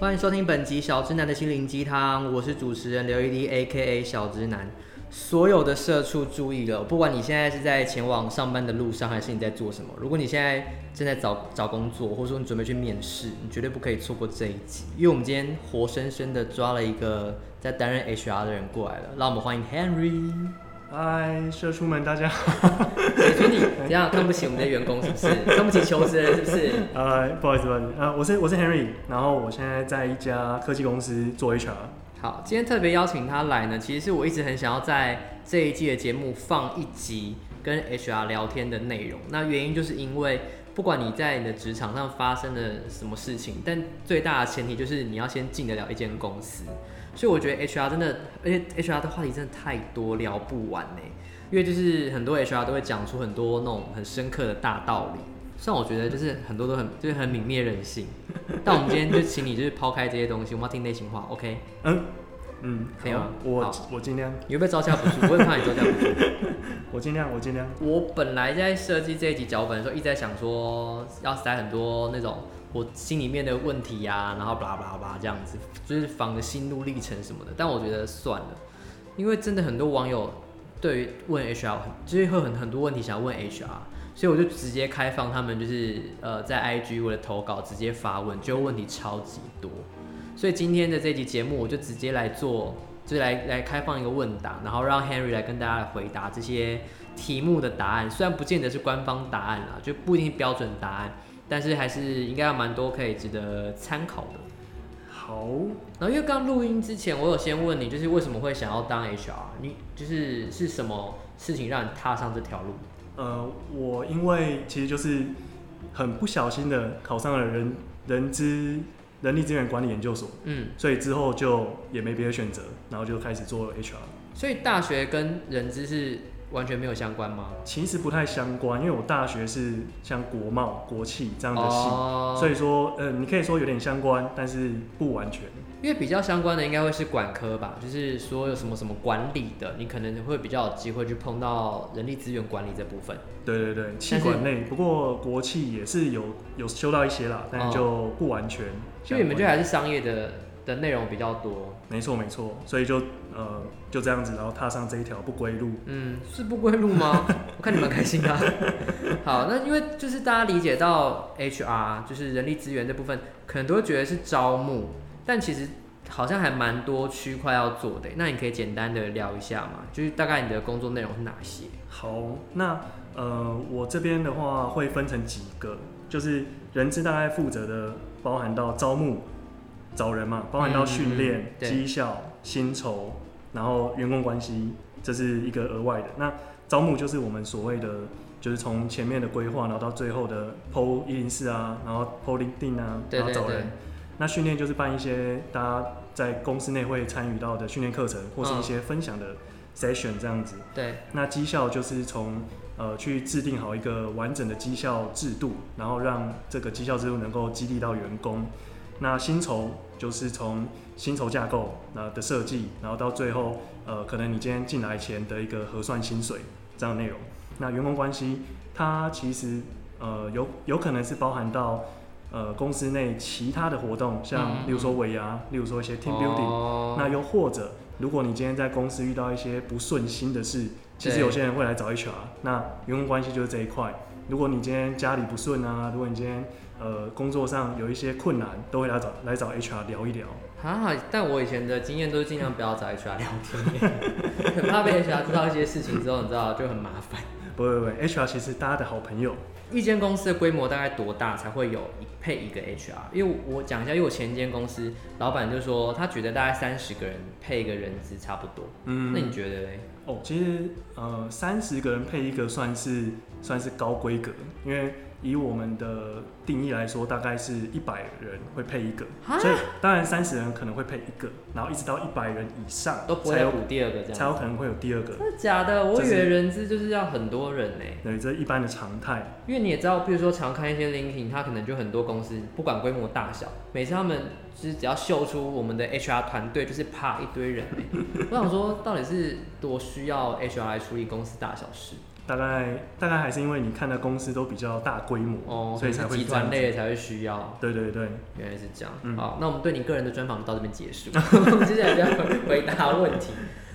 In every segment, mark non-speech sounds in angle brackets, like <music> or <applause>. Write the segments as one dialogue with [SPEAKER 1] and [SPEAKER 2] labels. [SPEAKER 1] 欢迎收听本集《小直男的心灵鸡汤》，我是主持人刘一滴 a K A 小直男。所有的社畜注意了，不管你现在是在前往上班的路上，还是你在做什么，如果你现在正在找找工作，或者说你准备去面试，你绝对不可以错过这一集，因为我们今天活生生的抓了一个在担任 HR 的人过来了，让我们欢迎 Henry。
[SPEAKER 2] 嗨，社畜们，大家 <laughs> 好。
[SPEAKER 1] 所以你这样看不起我们的员工是不是？看不起求职的人是不是？
[SPEAKER 2] 呃，不好意思，不好意思，呃，我是我是 Henry，然后我现在在一家科技公司做 HR。
[SPEAKER 1] 好，今天特别邀请他来呢，其实是我一直很想要在这一季的节目放一集跟 HR 聊天的内容。那原因就是因为，不管你在你的职场上发生了什么事情，但最大的前提就是你要先进得了一间公司。所以我觉得 HR 真的，而且 HR 的话题真的太多，聊不完呢。因为就是很多 HR 都会讲出很多那种很深刻的大道理，虽然我觉得就是很多都很就是很泯灭人性，但我们今天就请你就是抛开这些东西，我们要听内心话，OK？
[SPEAKER 2] 嗯嗯，
[SPEAKER 1] 可以吗
[SPEAKER 2] 好我
[SPEAKER 1] 好
[SPEAKER 2] 我尽量，
[SPEAKER 1] 你会不会招架不住？我也怕你招架不住。
[SPEAKER 2] 我尽量，我尽量。
[SPEAKER 1] 我本来在设计这一集脚本的时候，一直在想说要塞很多那种我心里面的问题呀、然后巴拉巴拉巴拉这样子，就是仿个心路历程什么的。但我觉得算了，因为真的很多网友对于问 HR，很就是会很很多问题想要问 HR，所以我就直接开放他们就是呃在 IG 我的投稿直接发问，就问题超级多。所以今天的这集节目，我就直接来做，就来来开放一个问答，然后让 Henry 来跟大家来回答这些题目的答案。虽然不见得是官方答案啦，就不一定是标准答案，但是还是应该有蛮多可以值得参考的。
[SPEAKER 2] 好，
[SPEAKER 1] 然后因为刚录音之前，我有先问你，就是为什么会想要当 HR？你就是是什么事情让你踏上这条路？
[SPEAKER 2] 呃，我因为其实就是很不小心的考上了人人资人力资源管理研究所，
[SPEAKER 1] 嗯，
[SPEAKER 2] 所以之后就也没别的选择，然后就开始做 HR。
[SPEAKER 1] 所以大学跟人资是完全没有相关吗？
[SPEAKER 2] 其实不太相关，因为我大学是像国贸、国企这样的系，
[SPEAKER 1] 哦
[SPEAKER 2] 所以说，呃，你可以说有点相关，但是不完全。
[SPEAKER 1] 因为比较相关的应该会是管科吧，就是说有什么什么管理的，你可能会比较有机会去碰到人力资源管理这部分。
[SPEAKER 2] 对对对，气管内，不过国企也是有有修到一些啦，但是就不完全
[SPEAKER 1] 哦所
[SPEAKER 2] 相关。
[SPEAKER 1] 以你们就还是商业的的内容比较多。
[SPEAKER 2] 没错没错，所以就呃就这样子，然后踏上这一条不归路。
[SPEAKER 1] 嗯，是不归路吗？我看你蛮开心的啊、好，那因为就是大家理解到 HR 就是人力资源这部分，可能都会觉得是招募，但其实好像还蛮多区块要做的。那你可以简单的聊一下嘛，就是大概你的工作内容是哪些？
[SPEAKER 2] 好，那呃我这边的话会分成几个，就是人资大概负责的，包含到招募、找人嘛，包含到训
[SPEAKER 1] 嗯嗯
[SPEAKER 2] 练、
[SPEAKER 1] 对
[SPEAKER 2] 绩效、薪酬，然后员工关系，这是一个额外的。那招募就是我们所谓的，就是从前面的规划，然后到最后的 PO 一零四啊，然后 PO LinkedIn 啊，
[SPEAKER 1] 对
[SPEAKER 2] 然后
[SPEAKER 1] 对
[SPEAKER 2] 找
[SPEAKER 1] 对
[SPEAKER 2] 人。那训练就是办一些大家在公司内会参与到的训练课程，或是一些分享的 session 这样子。
[SPEAKER 1] 对，
[SPEAKER 2] 那绩效就是从呃去制定好一个完整的绩效制度，然后让这个绩效制度能够激励到员工。那薪酬就是从薪酬架构那的设计，然后到最后呃可能你今天进来前的一个核算薪水这样的内容。那员工关系它其实呃有有可能是包含到。呃，公司内其他的活动，
[SPEAKER 1] 嗯
[SPEAKER 2] 像例如说尾牙，例如说一些 team building，、
[SPEAKER 1] 哦
[SPEAKER 2] 那又或者，如果你今天在公司遇到一些不顺心的事，其实
[SPEAKER 1] 对
[SPEAKER 2] 有些人会来找 HR，那员工关系就是这一块。如果你今天家里不顺啊，如果你今天呃工作上有一些困难，都会来找来找 HR 聊一聊。
[SPEAKER 1] 啊！但我以前的经验都是尽量不要找 HR 聊天， <laughs> 很怕被 HR 知道一些事情之后，你知道就很麻烦。
[SPEAKER 2] 不不不，HR 其实大家的好朋友。
[SPEAKER 1] 一间公司的规模大概多大才会有一配一个 HR？因为我讲一下，因为我前一间公司老板就说他觉得大概三十个人配一个人资差不多。那你
[SPEAKER 2] 嗯，
[SPEAKER 1] 觉得嘞？
[SPEAKER 2] 哦，其实呃三十个人配一个算是算是高规格，因为以我们的定义来说，大概是一百人会配一个，
[SPEAKER 1] 啊
[SPEAKER 2] 所以当然三十人可能会配一个，然后一直到一百人以上
[SPEAKER 1] 都不会
[SPEAKER 2] 才
[SPEAKER 1] 再
[SPEAKER 2] 有
[SPEAKER 1] 补第二个这
[SPEAKER 2] 才
[SPEAKER 1] 样？
[SPEAKER 2] 有可能会有第二个。
[SPEAKER 1] 真的假的？我
[SPEAKER 2] 这
[SPEAKER 1] 以
[SPEAKER 2] 是
[SPEAKER 1] 为人资就是要很多人呢、
[SPEAKER 2] 对，这是一般的常态。
[SPEAKER 1] 因为你也知道，比如说常看一些 LinkedIn，它可能就很多公司，不管规模大小，每次他们就是只要秀出我们的 HR 团队，就是啪一堆人、欸。我想说，到底是多需要 HR 来处理公司大小事？
[SPEAKER 2] 大概大概还是因为你看的公司都比较大规模，
[SPEAKER 1] 哦，
[SPEAKER 2] 所以
[SPEAKER 1] 可
[SPEAKER 2] 才
[SPEAKER 1] 能是
[SPEAKER 2] 会
[SPEAKER 1] 集
[SPEAKER 2] 这样
[SPEAKER 1] 团
[SPEAKER 2] 子
[SPEAKER 1] 类的才会需要。
[SPEAKER 2] 对对对，
[SPEAKER 1] 原来是这样。
[SPEAKER 2] 嗯
[SPEAKER 1] 好，那我们对你个人的专访就到这边结束。 <laughs> 我们接下来就要回答问题。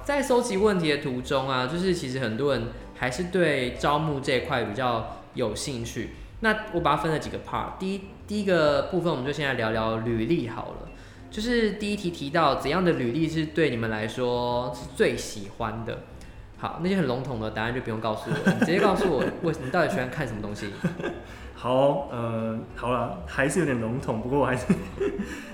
[SPEAKER 1] 在收集问题的途中啊，就是其实很多人还是对招募这一块比较有兴趣。那我把它分了几个 part。第一第一个部分，我们就先来聊聊履历好了。就是第一题提到怎样的履历是对你们来说是最喜欢的。好，那些很笼统的答案就不用告诉
[SPEAKER 2] <laughs>
[SPEAKER 1] 我，你直接告诉我为你到底喜欢看什么东西。
[SPEAKER 2] 好、呃，好了，还是有点笼统，不过我还是 <laughs>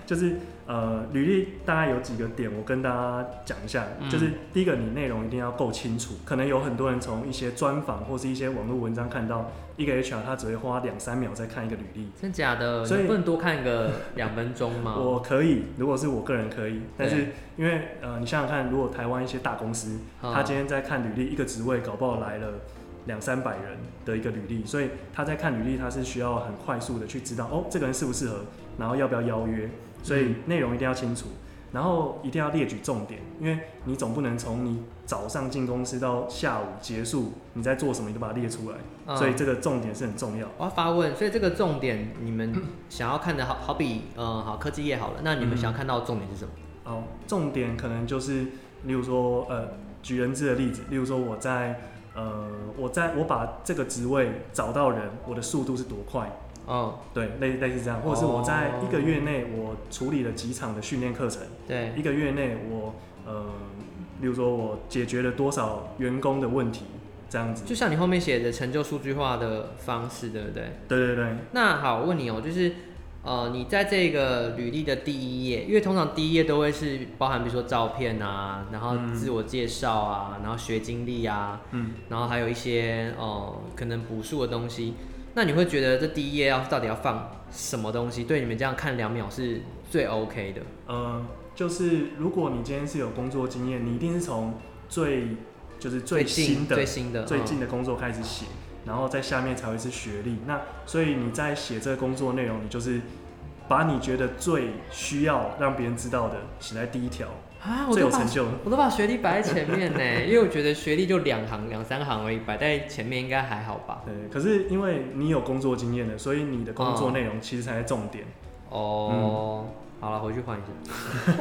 [SPEAKER 2] 就是呃，履历大概有几个点，我跟大家讲一下。
[SPEAKER 1] 嗯
[SPEAKER 2] 就是第一个，你内容一定要够清楚。可能有很多人从一些专访或是一些网络文章看到，一个 HR 他只会花两三秒在看一个履历。
[SPEAKER 1] 真假的？
[SPEAKER 2] 所以
[SPEAKER 1] 你不能多看个两分钟吗？
[SPEAKER 2] 我可以，如果是我个人可以，但是
[SPEAKER 1] 嗯对
[SPEAKER 2] 因为呃，你想想看，如果台湾一些大公司，
[SPEAKER 1] 嗯
[SPEAKER 2] 他今天在看履历，一个职位搞不好来了两三百人的一个履历，所以他在看履历，他是需要很快速的去知道哦，这个人适不适合，然后要不要邀约，所以内容一定要清楚，然后一定要列举重点，因为你总不能从你早上进公司到下午结束你在做什么，你都把它列出来，
[SPEAKER 1] 嗯
[SPEAKER 2] 所以这个重点是很重要。
[SPEAKER 1] 我要发问，所以这个重点你们想要看的好好比嗯好科技业好了，那你们
[SPEAKER 2] 嗯
[SPEAKER 1] 想要看到的重点是什么？
[SPEAKER 2] 哦，重点可能就是，例如说，呃，举人资的例子，例如说我在，呃，我在我把这个职位找到人，我的速度是多快，
[SPEAKER 1] 嗯，
[SPEAKER 2] 对，类类似这样，或者是我在
[SPEAKER 1] 哦
[SPEAKER 2] 一个月内我处理了几场的训练课程，
[SPEAKER 1] 对，
[SPEAKER 2] 一个月内我，呃，例如说我解决了多少员工的问题，这样子，
[SPEAKER 1] 就像你后面写的成就数据化的方式，对不对？
[SPEAKER 2] 对对对，
[SPEAKER 1] 那好，我问你哦、就是呃，你在这个履历的第一页，因为通常第一页都会是包含比如说照片啊，然后
[SPEAKER 2] 嗯
[SPEAKER 1] 自我介绍啊，然后学经历啊，
[SPEAKER 2] 嗯，
[SPEAKER 1] 然后还有一些哦、呃可能补述的东西。那你会觉得这第一页要到底要放什么东西？对你们这样看两秒是最 OK 的。
[SPEAKER 2] 呃，就是如果你今天是有工作经验，你一定是从最就是最新
[SPEAKER 1] 近
[SPEAKER 2] 的
[SPEAKER 1] 最新的
[SPEAKER 2] 最
[SPEAKER 1] 嗯
[SPEAKER 2] 近的工作开始写，然后在下面才会是学历。那所以你在写这个工作内容，你就是把你觉得最需要让别人知道的写在第一条，
[SPEAKER 1] 啊，我
[SPEAKER 2] 最
[SPEAKER 1] 都
[SPEAKER 2] 有
[SPEAKER 1] 把
[SPEAKER 2] 成就的。
[SPEAKER 1] 我都把学历摆在前面呢，因为我觉得学历就两行两三行而已，摆在前面应该还好吧。
[SPEAKER 2] 对，可是因为你有工作经验的，所以你的工作
[SPEAKER 1] 嗯
[SPEAKER 2] 内容其实才是重点。
[SPEAKER 1] 哦，好了，回去换一下。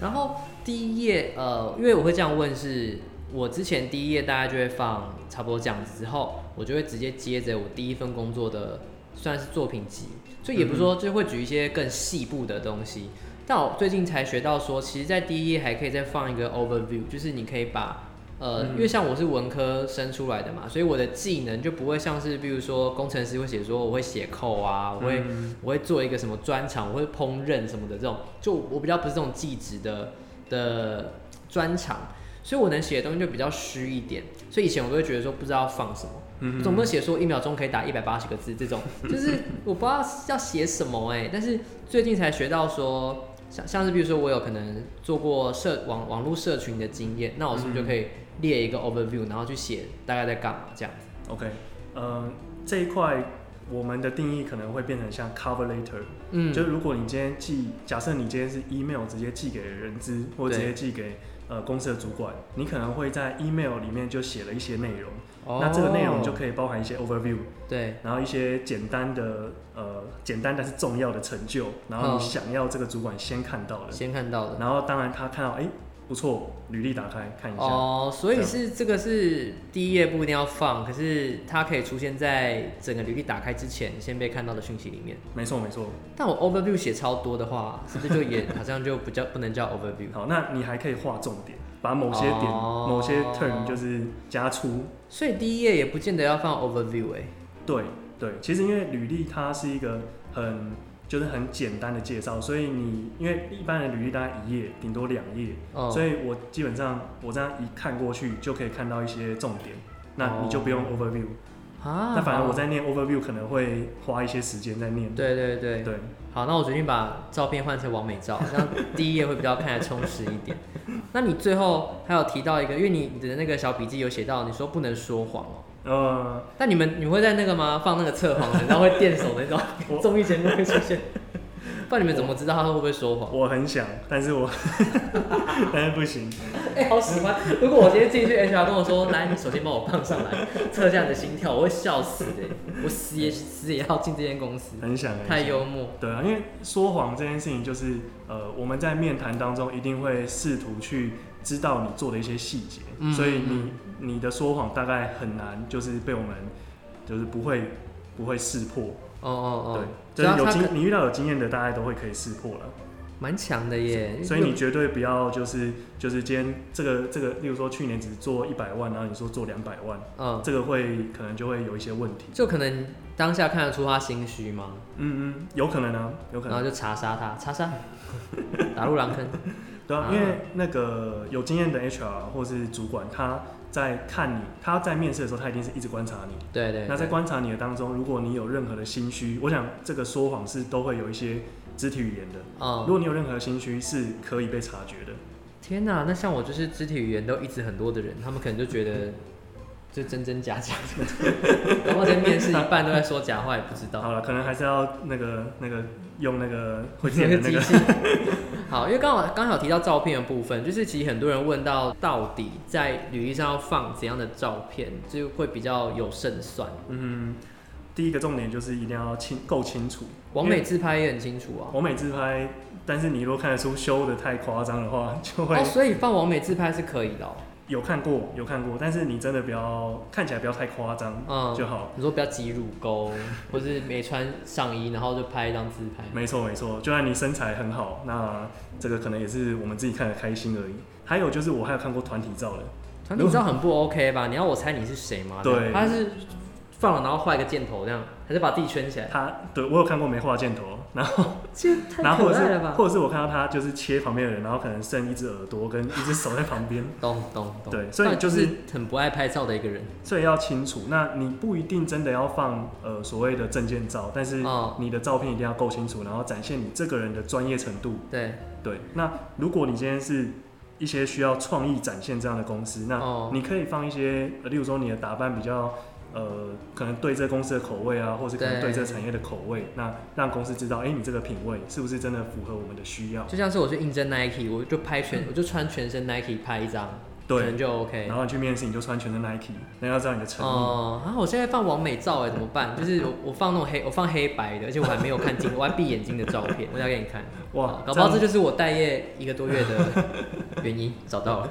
[SPEAKER 1] 然后第一页，呃，因为我会这样问是，我之前第一页大概就会放差不多这样子，之后我就会直接接着我第一份工作的算是作品集，所以也不是说就会举一些更细部的东西。但我最近才学到说，其实，在第一页还可以再放一个 overview，就是你可以把呃，
[SPEAKER 2] 嗯
[SPEAKER 1] 因为像我是文科生出来的嘛，所以我的技能就不会像是，比如说工程师会写说我会写扣啊，我会、
[SPEAKER 2] 嗯
[SPEAKER 1] 我会做一个什么专场，我会烹饪什么的这种，就我比较不是这种技职的的专长，所以我能写的东西就比较虚一点。所以以前我都会觉得说不知道要放什么，
[SPEAKER 2] 嗯
[SPEAKER 1] 总不能写说一秒钟可以打一百八十个字这种，就是我不知道要写什么哎、但是最近才学到说，像像是比如说我有可能做过社网网络社群的经验，那我是不是就可以列一个 overview，然后去写大概在干嘛这样子？
[SPEAKER 2] OK，呃，这一块我们的定义可能会变成像 cover letter，
[SPEAKER 1] 嗯，
[SPEAKER 2] 就是如果你今天寄，假设你今天是 email 直接寄给人资，或者直
[SPEAKER 1] 对
[SPEAKER 2] 接寄给呃公司的主管，你可能会在 email 里面就写了一些内容。
[SPEAKER 1] 哦
[SPEAKER 2] 那这个内容就可以包含一些 overview，
[SPEAKER 1] 对
[SPEAKER 2] 然后一些简单的呃简单但是重要的成就，然
[SPEAKER 1] 嗯
[SPEAKER 2] 后你想要这个主管先看到的，
[SPEAKER 1] 先看到的。
[SPEAKER 2] 然后当然他看到哎、不错，履历打开看一下。
[SPEAKER 1] 哦，所以是这个是第一页不一定要放，可是它可以出现在整个履历打开之前先被看到的讯息里面。
[SPEAKER 2] 没错没错，
[SPEAKER 1] 但我 overview 写超多的话，是不是就也好像就不叫不能叫 overview？
[SPEAKER 2] 好，那你还可以画重点，把某些点、
[SPEAKER 1] 哦
[SPEAKER 2] 某些 turn 就是加粗，
[SPEAKER 1] 所以第一页也不见得要放 overview 哎、
[SPEAKER 2] 对对，其实因为履历它是一个很就是很简单的介绍，所以你因为一般的履历大概一页顶多两页，
[SPEAKER 1] 哦、
[SPEAKER 2] 所以我基本上我这样一看过去就可以看到一些重点，那你就不
[SPEAKER 1] 哦
[SPEAKER 2] 用 overview。
[SPEAKER 1] 啊，
[SPEAKER 2] 那反而我
[SPEAKER 1] 好
[SPEAKER 2] 在念 overview 可能会花一些时间在念。
[SPEAKER 1] 对对对
[SPEAKER 2] 对，
[SPEAKER 1] 好，那我决定把照片换成完美
[SPEAKER 2] <laughs>
[SPEAKER 1] 照，这样第一页会比较看得充实一点。那你最后还有提到一个，因为你你的那个小笔记有写到，你说不能说谎哦。
[SPEAKER 2] 呃，
[SPEAKER 1] 但 <laughs> 你们你会在那个吗？放那个测谎的，然后会电手的那种
[SPEAKER 2] 我 <laughs>
[SPEAKER 1] 综艺节目会出现。不然你们怎么知道他会不会说谎？
[SPEAKER 2] 我很想，但是我 <laughs> 但是不行。
[SPEAKER 1] 哎、好喜欢！ <laughs> 如果我今天进去 HR 跟我说，来，你首先帮我放上来，测一下你的心跳，我会笑死的、我死也死也要进这间公司，
[SPEAKER 2] 很想，很
[SPEAKER 1] 太
[SPEAKER 2] 想
[SPEAKER 1] 幽默。
[SPEAKER 2] 对啊，因为说谎这件事情，就是呃，我们在面谈当中一定会试图去知道你做的一些细节，
[SPEAKER 1] 嗯
[SPEAKER 2] 所以
[SPEAKER 1] 嗯
[SPEAKER 2] 你你的说谎大概很难，就是被我们就是不会不会识破。
[SPEAKER 1] 哦哦哦，
[SPEAKER 2] 对，就是有
[SPEAKER 1] 他
[SPEAKER 2] 经你遇到有经验的，大概都会可以识破了。
[SPEAKER 1] 蛮强的耶。
[SPEAKER 2] 所以你绝对不要就是就是今天这个这个，例如说去年只做一百万，然后你说做两百万，
[SPEAKER 1] 嗯，
[SPEAKER 2] 这个会可能就会有一些问题。
[SPEAKER 1] 就可能当下看得出他心虚嘛，
[SPEAKER 2] 嗯嗯，有可能啊，有可
[SPEAKER 1] 然
[SPEAKER 2] 能
[SPEAKER 1] 后。就查杀他，查
[SPEAKER 2] <laughs>
[SPEAKER 1] 杀，打入狼坑。
[SPEAKER 2] 对啊
[SPEAKER 1] 啊，
[SPEAKER 2] 因为那个有经验的 HR 或是主管，他在看你，他在面试的时候，他一定是一直观察你。
[SPEAKER 1] 对对
[SPEAKER 2] 那在
[SPEAKER 1] 对
[SPEAKER 2] 观察你的当中，如果你有任何的心虚，我想这个说谎是都会有一些肢体语言的。如
[SPEAKER 1] 嗯，
[SPEAKER 2] 果你有任何心虚，是可以被察觉的。
[SPEAKER 1] 天哪，那像我就是肢体语言都一直很多的人，他们可能就觉得就真真假
[SPEAKER 2] <laughs>
[SPEAKER 1] 假的，然后在面试一半都在说假话，也不知道。
[SPEAKER 2] <laughs> 好了，可能还是要那个那个用那个
[SPEAKER 1] <laughs>
[SPEAKER 2] 会
[SPEAKER 1] 那
[SPEAKER 2] 念
[SPEAKER 1] 个
[SPEAKER 2] 的那
[SPEAKER 1] 机
[SPEAKER 2] 个。
[SPEAKER 1] 器。好，因为刚好刚好提到照片的部分，就是其实很多人问到到底在履历上要放怎样的照片，就会比较有胜算。
[SPEAKER 2] 嗯，第一个重点就是一定要清够清楚。
[SPEAKER 1] 完美自拍也很清楚啊。
[SPEAKER 2] 完美自拍，但是你如果看得出修的太夸张的话，就嗯会
[SPEAKER 1] 哦，所以放完美自拍是可以的、哦。
[SPEAKER 2] 有看过，有看过，但是你真的不要看起来不要太夸张
[SPEAKER 1] 嗯
[SPEAKER 2] 就好。
[SPEAKER 1] 你说不要挤乳沟，或是没穿上衣，然后就拍一张自拍。
[SPEAKER 2] 没错没错，就算你身材很好，那这个可能也是我们自己看的开心而已。还有就是我还有看过团体照的， <laughs>
[SPEAKER 1] 团体照很不 OK 吧？你要我猜你是谁吗？
[SPEAKER 2] 对
[SPEAKER 1] 他是放了然后画一个箭头这样，还是把自己圈起来？
[SPEAKER 2] 他对我有看过没画箭头，然后
[SPEAKER 1] 这 <laughs> 太
[SPEAKER 2] 然后或
[SPEAKER 1] 可
[SPEAKER 2] 者
[SPEAKER 1] 爱
[SPEAKER 2] 是
[SPEAKER 1] 了吧！
[SPEAKER 2] 或者是我看到他就是切旁边的人，然后可能剩一只耳朵跟一只手在旁
[SPEAKER 1] <laughs>
[SPEAKER 2] 边，
[SPEAKER 1] 懂懂懂。
[SPEAKER 2] 对所以
[SPEAKER 1] 那
[SPEAKER 2] 就是
[SPEAKER 1] 是很不爱拍照的一个人。
[SPEAKER 2] 所以要清楚。那你不一定真的要放呃所谓的证件照，但是
[SPEAKER 1] 哦
[SPEAKER 2] 你的照片一定要够清楚，然后展现你这个人的专业程度。
[SPEAKER 1] 对，
[SPEAKER 2] 对，那如果你今天是一些需要创意展现这样的公司，那
[SPEAKER 1] 哦
[SPEAKER 2] 你可以放一些，呃例如说你的打扮比较，呃，可能对这公司的口味啊，或是可能
[SPEAKER 1] 对
[SPEAKER 2] 对这产业的口味，那让公司知道，哎、你这个品味是不是真的符合我们的需要？
[SPEAKER 1] 就像是我去应征 Nike，我就拍全，我就穿全身 Nike 拍一张，可能
[SPEAKER 2] 对，
[SPEAKER 1] 就 OK
[SPEAKER 2] 然。后你去面试你就穿全身 Nike，人家知道你的诚意。
[SPEAKER 1] 哦，然后我现在放完美照哎，怎么办？就是我我放那种黑，我放黑白的，而且我还没有看清， <laughs> 我还闭眼睛的照片，我要给你看。
[SPEAKER 2] 哇，
[SPEAKER 1] 搞不好
[SPEAKER 2] 这
[SPEAKER 1] 这
[SPEAKER 2] 样
[SPEAKER 1] 就是我待业一个多月
[SPEAKER 2] <laughs>
[SPEAKER 1] 的原因，找到了。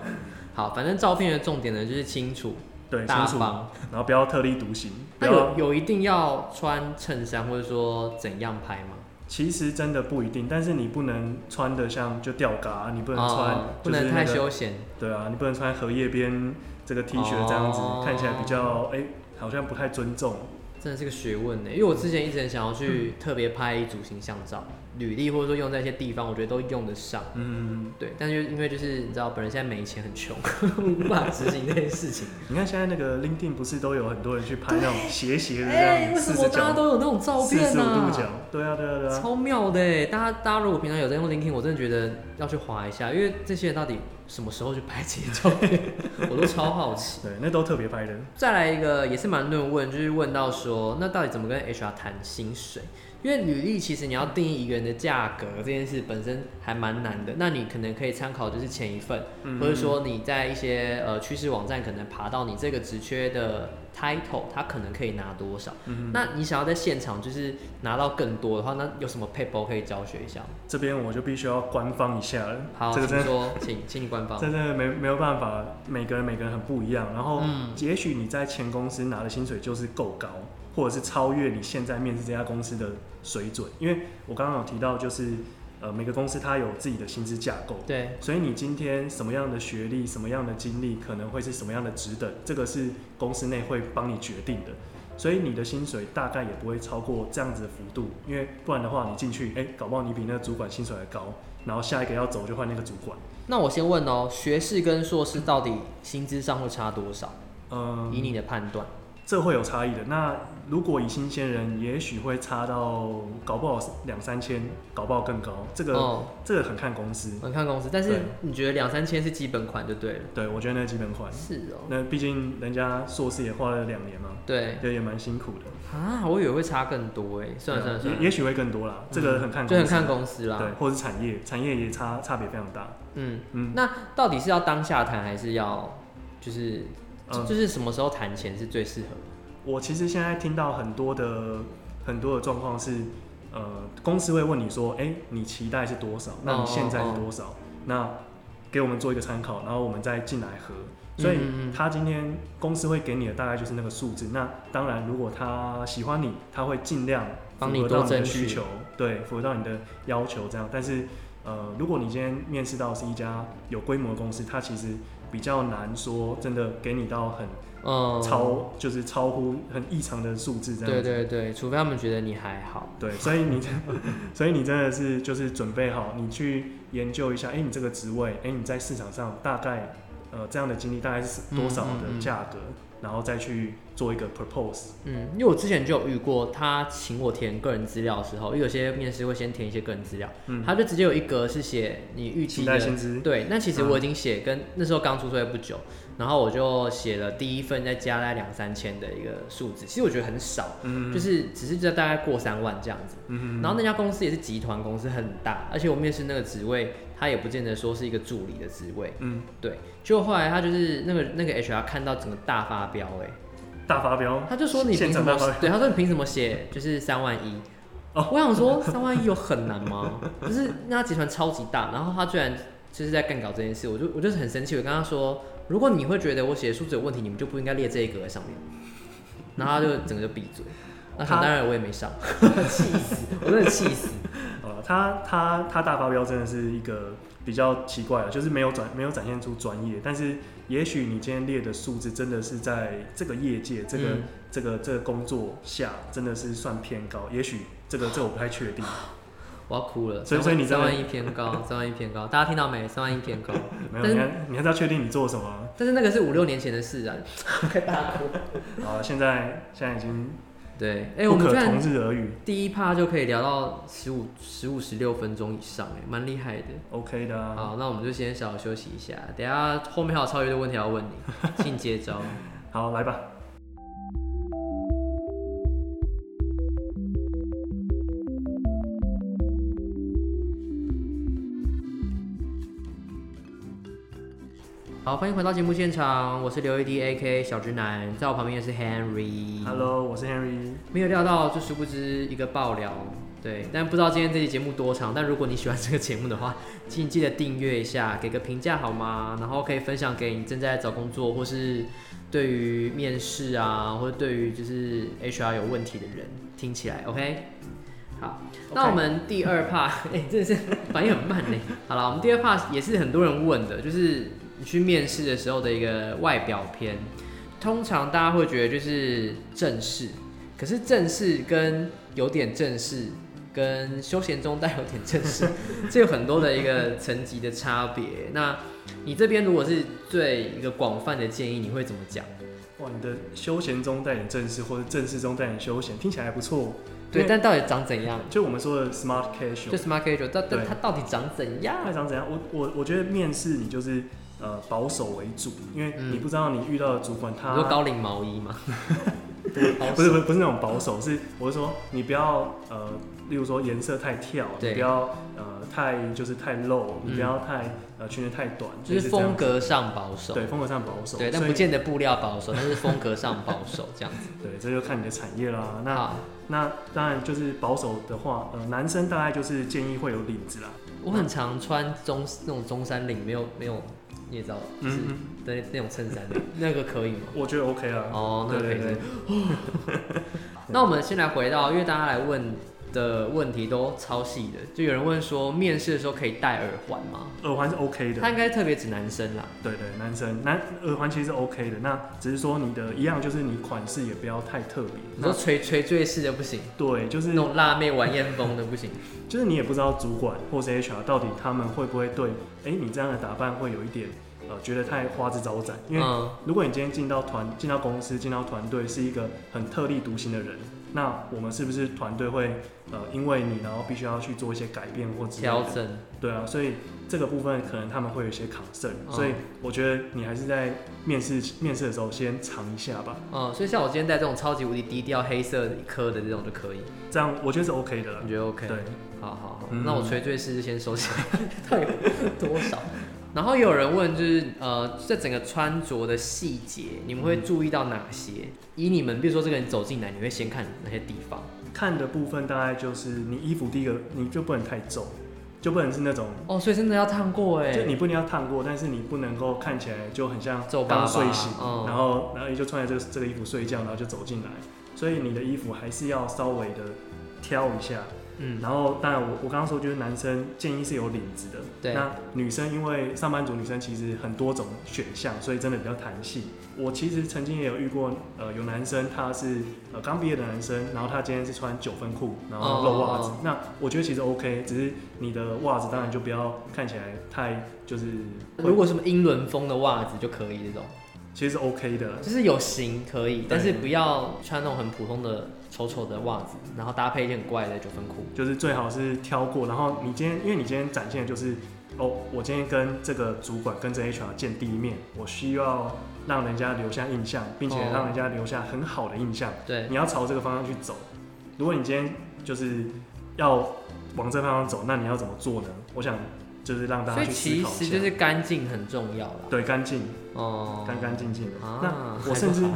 [SPEAKER 1] 好，反正照片的重点呢就是清楚、
[SPEAKER 2] 对
[SPEAKER 1] 大
[SPEAKER 2] 清楚，啊
[SPEAKER 1] 方。
[SPEAKER 2] 然后不要特立独行，不
[SPEAKER 1] 那
[SPEAKER 2] 要
[SPEAKER 1] 有。有一定要穿衬衫，或者说怎样拍吗？
[SPEAKER 2] 其实真的不一定，但是你不能穿的像就吊嘎，你不能穿、
[SPEAKER 1] 哦不
[SPEAKER 2] 就是
[SPEAKER 1] 能
[SPEAKER 2] 那
[SPEAKER 1] 太
[SPEAKER 2] 个
[SPEAKER 1] 休闲。
[SPEAKER 2] 对啊，你不能穿荷叶边这个 T 恤这样子，
[SPEAKER 1] 哦
[SPEAKER 2] 看起来比较哎、好像不太尊重。
[SPEAKER 1] 真的是个学问呢，因为我之前一直很想要
[SPEAKER 2] 嗯
[SPEAKER 1] 去特别拍一组形象照，履历或者说用在一些地方，我觉得都用得上。
[SPEAKER 2] 嗯，
[SPEAKER 1] 对，但是因为就是你知道，本人现在没钱，很穷， <laughs> 无法执行这件事情。
[SPEAKER 2] 你看现在那个 LinkedIn 不是都有很多人去拍那种斜斜的这
[SPEAKER 1] 哎、
[SPEAKER 2] 样
[SPEAKER 1] 为
[SPEAKER 2] 四
[SPEAKER 1] 什么
[SPEAKER 2] 十
[SPEAKER 1] 大家
[SPEAKER 2] 角、
[SPEAKER 1] 都有那种照
[SPEAKER 2] 四
[SPEAKER 1] 片
[SPEAKER 2] 十五度角
[SPEAKER 1] 啊？，
[SPEAKER 2] 对啊对啊对啊，
[SPEAKER 1] 超妙的哎！大家大家如果平常有在用 LinkedIn，我真的觉得要去划一下，因为这些人到底什么时候去拍这些照片， <laughs> 我都超好奇。
[SPEAKER 2] 对，那都特别拍的。
[SPEAKER 1] 再来一个也是蛮多人问，就是问到说，那到底怎么跟 HR 谈薪水？因为履历其实你要定义一个人的价格这件事本身还蛮难的，那你可能可以参考就是前一份，
[SPEAKER 2] 嗯
[SPEAKER 1] 或者说你在一些呃趋势网站可能爬到你这个职缺的 title，它可能可以拿多少？
[SPEAKER 2] 嗯
[SPEAKER 1] 那你想要在现场就是拿到更多的话，那有什么 paper 可以教学一下吗？
[SPEAKER 2] 这边我就必须要官方一下了，
[SPEAKER 1] 好，
[SPEAKER 2] 这个
[SPEAKER 1] 请
[SPEAKER 2] 真的
[SPEAKER 1] 说，
[SPEAKER 2] <laughs>
[SPEAKER 1] 请请你官方。
[SPEAKER 2] 真哦的没没有办法，每个人每个人很不一样。然后，
[SPEAKER 1] 嗯
[SPEAKER 2] 也许你在前公司拿的薪水就是够高，或者是超越你现在面试这家公司的水准。因为我刚刚有提到，就是呃，每个公司它有自己的薪资架构，
[SPEAKER 1] 对，
[SPEAKER 2] 所以你今天什么样的学历、什么样的经历，可能会是什么样的职等，这个是公司内会帮你决定的。所以你的薪水大概也不会超过这样子的幅度，因为不然的话，你进去，哎、搞不好你比那个主管薪水还高，然后下一个要走就换那个主管。
[SPEAKER 1] 那我先问哦，学士跟硕士到底薪资上会差多少？
[SPEAKER 2] 嗯，
[SPEAKER 1] 以你的判断，
[SPEAKER 2] 这会有差异的。那如果以新鲜人，也许会差到搞不好两三千，搞不好更高。这个、
[SPEAKER 1] 哦，
[SPEAKER 2] 这个很看公司。
[SPEAKER 1] 我看公司，但是
[SPEAKER 2] 对
[SPEAKER 1] 你觉得两三千是基本款就对了。
[SPEAKER 2] 对，我觉得那基本款。
[SPEAKER 1] 是哦，
[SPEAKER 2] 那毕竟人家硕士也花了两年嘛，
[SPEAKER 1] 对
[SPEAKER 2] 也也蛮辛苦的。啊
[SPEAKER 1] 啊，我以为会差更多哎，算了算了算
[SPEAKER 2] 也
[SPEAKER 1] 了，
[SPEAKER 2] 也许会更多啦，这个很看
[SPEAKER 1] 就
[SPEAKER 2] 公
[SPEAKER 1] 很
[SPEAKER 2] 司。
[SPEAKER 1] 看公司啦。
[SPEAKER 2] 对，或者是产业，产业也差差别非常大。
[SPEAKER 1] 嗯，
[SPEAKER 2] 嗯，
[SPEAKER 1] 那到底是要当下谈，还是要就是就
[SPEAKER 2] 呃
[SPEAKER 1] 就是什么时候谈钱是最适合的？
[SPEAKER 2] 我其实现在听到很多的很多的状况是，呃，公司会问你说，哎、你期待是多少？
[SPEAKER 1] 哦
[SPEAKER 2] 那你现在是多少？那给我们做一个参考，然后我们再进来核。所以
[SPEAKER 1] 嗯嗯嗯
[SPEAKER 2] 他今天公司会给你的大概就是那个数字。那当然，如果他喜欢你，他会尽量
[SPEAKER 1] 帮你
[SPEAKER 2] 符合到
[SPEAKER 1] 多
[SPEAKER 2] 你的
[SPEAKER 1] 争取
[SPEAKER 2] 需求，对，符合到你的要求这样。但是，呃，如果你今天面试到是一家有规模的公司，它其实比较难说真的给你到很
[SPEAKER 1] 嗯，
[SPEAKER 2] 超就是超乎很异常的数字这样
[SPEAKER 1] 对
[SPEAKER 2] 子。
[SPEAKER 1] 对对，除非他们觉得你还好。
[SPEAKER 2] 对所以你，所以你真的 <laughs> 是就是准备好，你去研究一下，哎、你这个职位，哎、你在市场上大概呃这样的经历大概是多少
[SPEAKER 1] 嗯嗯嗯
[SPEAKER 2] 的价格，然后再去做一个 propose。
[SPEAKER 1] 嗯，因为我之前就有遇过，他请我填个人资料的时候，因为有些面试会先填一些个人资料，
[SPEAKER 2] 嗯，
[SPEAKER 1] 他就直接有一格是写你预
[SPEAKER 2] 期
[SPEAKER 1] 期
[SPEAKER 2] 待
[SPEAKER 1] 的
[SPEAKER 2] 薪资，
[SPEAKER 1] 对，那其实我已经写跟、那时候刚出社会不久，然后我就写了第一份再加在两三千的一个数字，其实我觉得很少，
[SPEAKER 2] 嗯，
[SPEAKER 1] 就，是只是在大概过三万这样子。
[SPEAKER 2] 嗯
[SPEAKER 1] 然后那家公司也是集团公司，很大，而且我面试那个职位，他也不见得说是一个助理的职位，
[SPEAKER 2] 嗯，
[SPEAKER 1] 对。就后来他就是那个那个 HR 看到整个大发飙、欸，
[SPEAKER 2] 大发飙，
[SPEAKER 1] 他就说你凭
[SPEAKER 2] 现
[SPEAKER 1] 什
[SPEAKER 2] 场
[SPEAKER 1] 么
[SPEAKER 2] 大发？
[SPEAKER 1] 对，他说你凭什么写就是三万一？
[SPEAKER 2] 哦
[SPEAKER 1] 我想
[SPEAKER 2] <laughs>
[SPEAKER 1] 说三万一有很难吗？就是那家集团超级大，然后他居然就是在干搞这件事，我就我就是很生气，我跟他说，如果你会觉得我写的数字有问题，你们就不应该列这一格在上面。然后他就整个就闭嘴。那
[SPEAKER 2] 他
[SPEAKER 1] 想当然我也没上，气死， <laughs> 我真的气死。
[SPEAKER 2] 呃，他他他大发飙真的是一个比较奇怪的，就是没有展没有展现出专业，但是也许你今天列的数字真的是在这个业界、这个、
[SPEAKER 1] 嗯
[SPEAKER 2] 这个这个工作下，真的是算偏高，也许这个这我不太确定，
[SPEAKER 1] 我要哭了，
[SPEAKER 2] 所以所以你
[SPEAKER 1] 三
[SPEAKER 2] 真的
[SPEAKER 1] 万一偏高，三万一偏高，大家听到没？三万一偏高，
[SPEAKER 2] 没有，
[SPEAKER 1] 但是
[SPEAKER 2] 你还你还是要确定你做什么啊。
[SPEAKER 1] 但是那个是五六年前的事啊，大哭。
[SPEAKER 2] 好现在现在已经
[SPEAKER 1] 对，哎、我
[SPEAKER 2] 不
[SPEAKER 1] 们
[SPEAKER 2] 可
[SPEAKER 1] 居然
[SPEAKER 2] 同日而语、
[SPEAKER 1] 第一趴就可以聊到十五、十五、十六分钟以上，哎，蛮厉害的。
[SPEAKER 2] o k 的啊。
[SPEAKER 1] 好，那我们就先稍微休息一下，等一下后面还有超越的问题要问你，请接招。
[SPEAKER 2] 好，来吧。
[SPEAKER 1] 好，欢迎回到节目现场，我是刘一迪 A K 小直男，在我旁边的是 Henry。
[SPEAKER 2] Hello，我是 Henry。
[SPEAKER 1] 没有料到，就殊不知一个爆料。对，但不知道今天这期节目多长。但如果你喜欢这个节目的话，请记得订阅一下，给个评价好吗？然后可以分享给你正在找工作，或是对于面试啊，或者对于就是 HR 有问题的人，听起来 OK。好，那
[SPEAKER 2] OK
[SPEAKER 1] 我们第二 part，哎、 <laughs> 真的是反应很慢呢。好了，我们第二 part 也是很多人问的，就是你去面试的时候的一个外表篇。通常大家会觉得就是正式，可是正式跟有点正式，跟休闲中带有点正
[SPEAKER 2] <laughs>
[SPEAKER 1] 式，这有很多的一个层级的差别。那你这边如果是最一个广泛的建议，你会怎么讲？
[SPEAKER 2] 哇，你的休闲中带点正式，或者正式中带点休闲，听起来还不错。
[SPEAKER 1] 对，
[SPEAKER 2] 因为
[SPEAKER 1] 但到底长怎样？
[SPEAKER 2] 就我们说的 smart casual，
[SPEAKER 1] 就 smart casual，到底
[SPEAKER 2] 对
[SPEAKER 1] 它到底长怎样
[SPEAKER 2] 会？长怎样？我我我觉得面试你就是呃保守为主，因为
[SPEAKER 1] 嗯
[SPEAKER 2] 你不知道你遇到的主管他
[SPEAKER 1] 你说高领毛衣吗？ <laughs>
[SPEAKER 2] 不是不是不是那种啊保守，是我是说你不要呃，例如说颜色太跳，
[SPEAKER 1] 对
[SPEAKER 2] 你不要呃太就是太露，你
[SPEAKER 1] 嗯
[SPEAKER 2] 不要太呃裙子太短，
[SPEAKER 1] 就是
[SPEAKER 2] 这样
[SPEAKER 1] 风格上保守，
[SPEAKER 2] 对风格上保守，
[SPEAKER 1] 对，但
[SPEAKER 2] 所以
[SPEAKER 1] 不见得布料保守，但是风格上保守这样子。
[SPEAKER 2] 对这就看你的产业啦。 <laughs> 那
[SPEAKER 1] 好
[SPEAKER 2] 那当然就是保守的话，呃男生大概就是建议会有领子啦，
[SPEAKER 1] 我很常穿中那种中山领，没有没有，你也知道，就是
[SPEAKER 2] 嗯，嗯
[SPEAKER 1] 的那种衬
[SPEAKER 2] <laughs>
[SPEAKER 1] 衫的，那个可以吗？
[SPEAKER 2] 我觉得 OK 啦。
[SPEAKER 1] 哦，那个
[SPEAKER 2] 对
[SPEAKER 1] 可
[SPEAKER 2] 对
[SPEAKER 1] 以
[SPEAKER 2] 对
[SPEAKER 1] 是。， <laughs> 那我们先来回到，因为大家来问的问题都超细的，就有人问说，面试的时候可以戴耳环吗？
[SPEAKER 2] 耳环是 OK 的
[SPEAKER 1] 他。应该特别指男生啦。
[SPEAKER 2] 对对，男生男耳环其实是 OK 的，那只是说你的一样就是你款式也不要太特别。
[SPEAKER 1] 你
[SPEAKER 2] 那嗯
[SPEAKER 1] 说垂垂坠式的不行，
[SPEAKER 2] 对，就是
[SPEAKER 1] 那种辣妹玩艳风的不
[SPEAKER 2] <laughs>
[SPEAKER 1] 行。
[SPEAKER 2] 就是你也不知道主管或是 HR 到底他们会不会对，哎、你这样的打扮会有一点呃觉得太花枝招展，因为
[SPEAKER 1] 嗯
[SPEAKER 2] 如果你今天进到团、进到公司、进到团队是一个很特立独行的人，那我们是不是团队会呃因为你，然后必须要去做一些改变或之类
[SPEAKER 1] 调
[SPEAKER 2] 的？
[SPEAKER 1] 整，
[SPEAKER 2] 对啊，所以这个部分可能他们会有一些 concern，、
[SPEAKER 1] 嗯
[SPEAKER 2] 所以我觉得你还是在面试面试的时候先尝一下吧，
[SPEAKER 1] 嗯，所以像我今天戴这种超级无敌低调黑色科的这种就可以，
[SPEAKER 2] 这样我觉得是 OK 的啦。
[SPEAKER 1] 你觉得 OK？
[SPEAKER 2] 对，
[SPEAKER 1] 好好好，
[SPEAKER 2] 嗯
[SPEAKER 1] 那我垂坠式就先收起
[SPEAKER 2] <laughs>
[SPEAKER 1] 来，到底有多少？然后也有人问，就是呃，这整个穿着的细节，你们会注意到哪些？以你们，比如说这个人走进来，你会先看哪些地方？
[SPEAKER 2] 看的部分大概就是你衣服第一个你就不能太皱，就不能是那种。
[SPEAKER 1] 哦，所以真的要烫过哎、
[SPEAKER 2] 就你不能要烫过，但是你不能够看起来就很像
[SPEAKER 1] 皱巴巴
[SPEAKER 2] 刚睡醒，
[SPEAKER 1] 嗯
[SPEAKER 2] 然后然后你就穿着这个这个衣服睡觉，然后就走进来，所以你的衣服还是要稍微的挑一下。
[SPEAKER 1] 嗯，
[SPEAKER 2] 然后当然我我刚刚说就是男生建议是有领子的，
[SPEAKER 1] 对
[SPEAKER 2] 那女生因为上班族女生其实很多种选项，所以真的比较弹性。我其实曾经也有遇过，呃，有男生他是呃刚毕业的男生，然后他今天是穿九分裤，然后露袜子。
[SPEAKER 1] 哦哦
[SPEAKER 2] 那我觉得其实 OK，只是你的袜子当然就不要看起来太就是会，
[SPEAKER 1] 如果什么英伦风的袜子就可以，这种
[SPEAKER 2] 其实是 OK 的啦。
[SPEAKER 1] 就是有型可以
[SPEAKER 2] 对，
[SPEAKER 1] 但是不要穿那种很普通的丑丑的袜子，然后搭配一件很怪的九分裤。
[SPEAKER 2] 就是最好是挑过，然后你今天，因为你今天展现的就是，哦，我今天跟这个主管跟这 HR 见第一面，我需要让人家留下印象，并且
[SPEAKER 1] 哦
[SPEAKER 2] 让人家留下很好的印象。
[SPEAKER 1] 对，
[SPEAKER 2] 你要朝这个方向去走。如果你今天就是要往这方向走，那你要怎么做呢？我想就是让大
[SPEAKER 1] 所
[SPEAKER 2] 家
[SPEAKER 1] 以
[SPEAKER 2] 去思
[SPEAKER 1] 其
[SPEAKER 2] 考一
[SPEAKER 1] 实
[SPEAKER 2] 下，
[SPEAKER 1] 就是干净很重要啦。
[SPEAKER 2] 对干净、
[SPEAKER 1] 哦，
[SPEAKER 2] 干干净净的。
[SPEAKER 1] 啊
[SPEAKER 2] 那我
[SPEAKER 1] 还
[SPEAKER 2] 甚
[SPEAKER 1] 不 <laughs>
[SPEAKER 2] 至
[SPEAKER 1] 好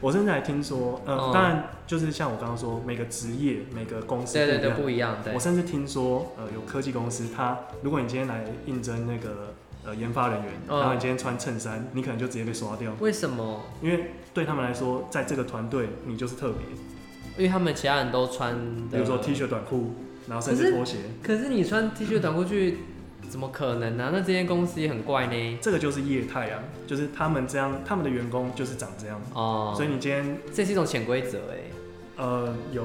[SPEAKER 2] 我甚至还听说，呃，
[SPEAKER 1] 哦
[SPEAKER 2] 当然就是像我刚刚说，每个职业、每个公司
[SPEAKER 1] 对对对
[SPEAKER 2] 不一样
[SPEAKER 1] 不一样，对
[SPEAKER 2] 我，甚至听说，呃，有科技公司，它如果你今天来应征那个呃研发人员，
[SPEAKER 1] 嗯
[SPEAKER 2] 然后你今天穿衬衫，你可能就直接被刷掉，
[SPEAKER 1] 为什么？
[SPEAKER 2] 因为对他们来说，在这个团队你就是特别，
[SPEAKER 1] 因为他们其他人都穿的，
[SPEAKER 2] 比如说 T 恤、短裤，然后甚至拖鞋，
[SPEAKER 1] 可是你穿 T 恤短裤去，怎么可能呢、那这间公司也很怪呢。
[SPEAKER 2] 这个就是业态啊，就是他们这样，他们的员工就是长这样，
[SPEAKER 1] 哦，
[SPEAKER 2] 所以你今天
[SPEAKER 1] 这是一种潜规则哎。
[SPEAKER 2] 呃有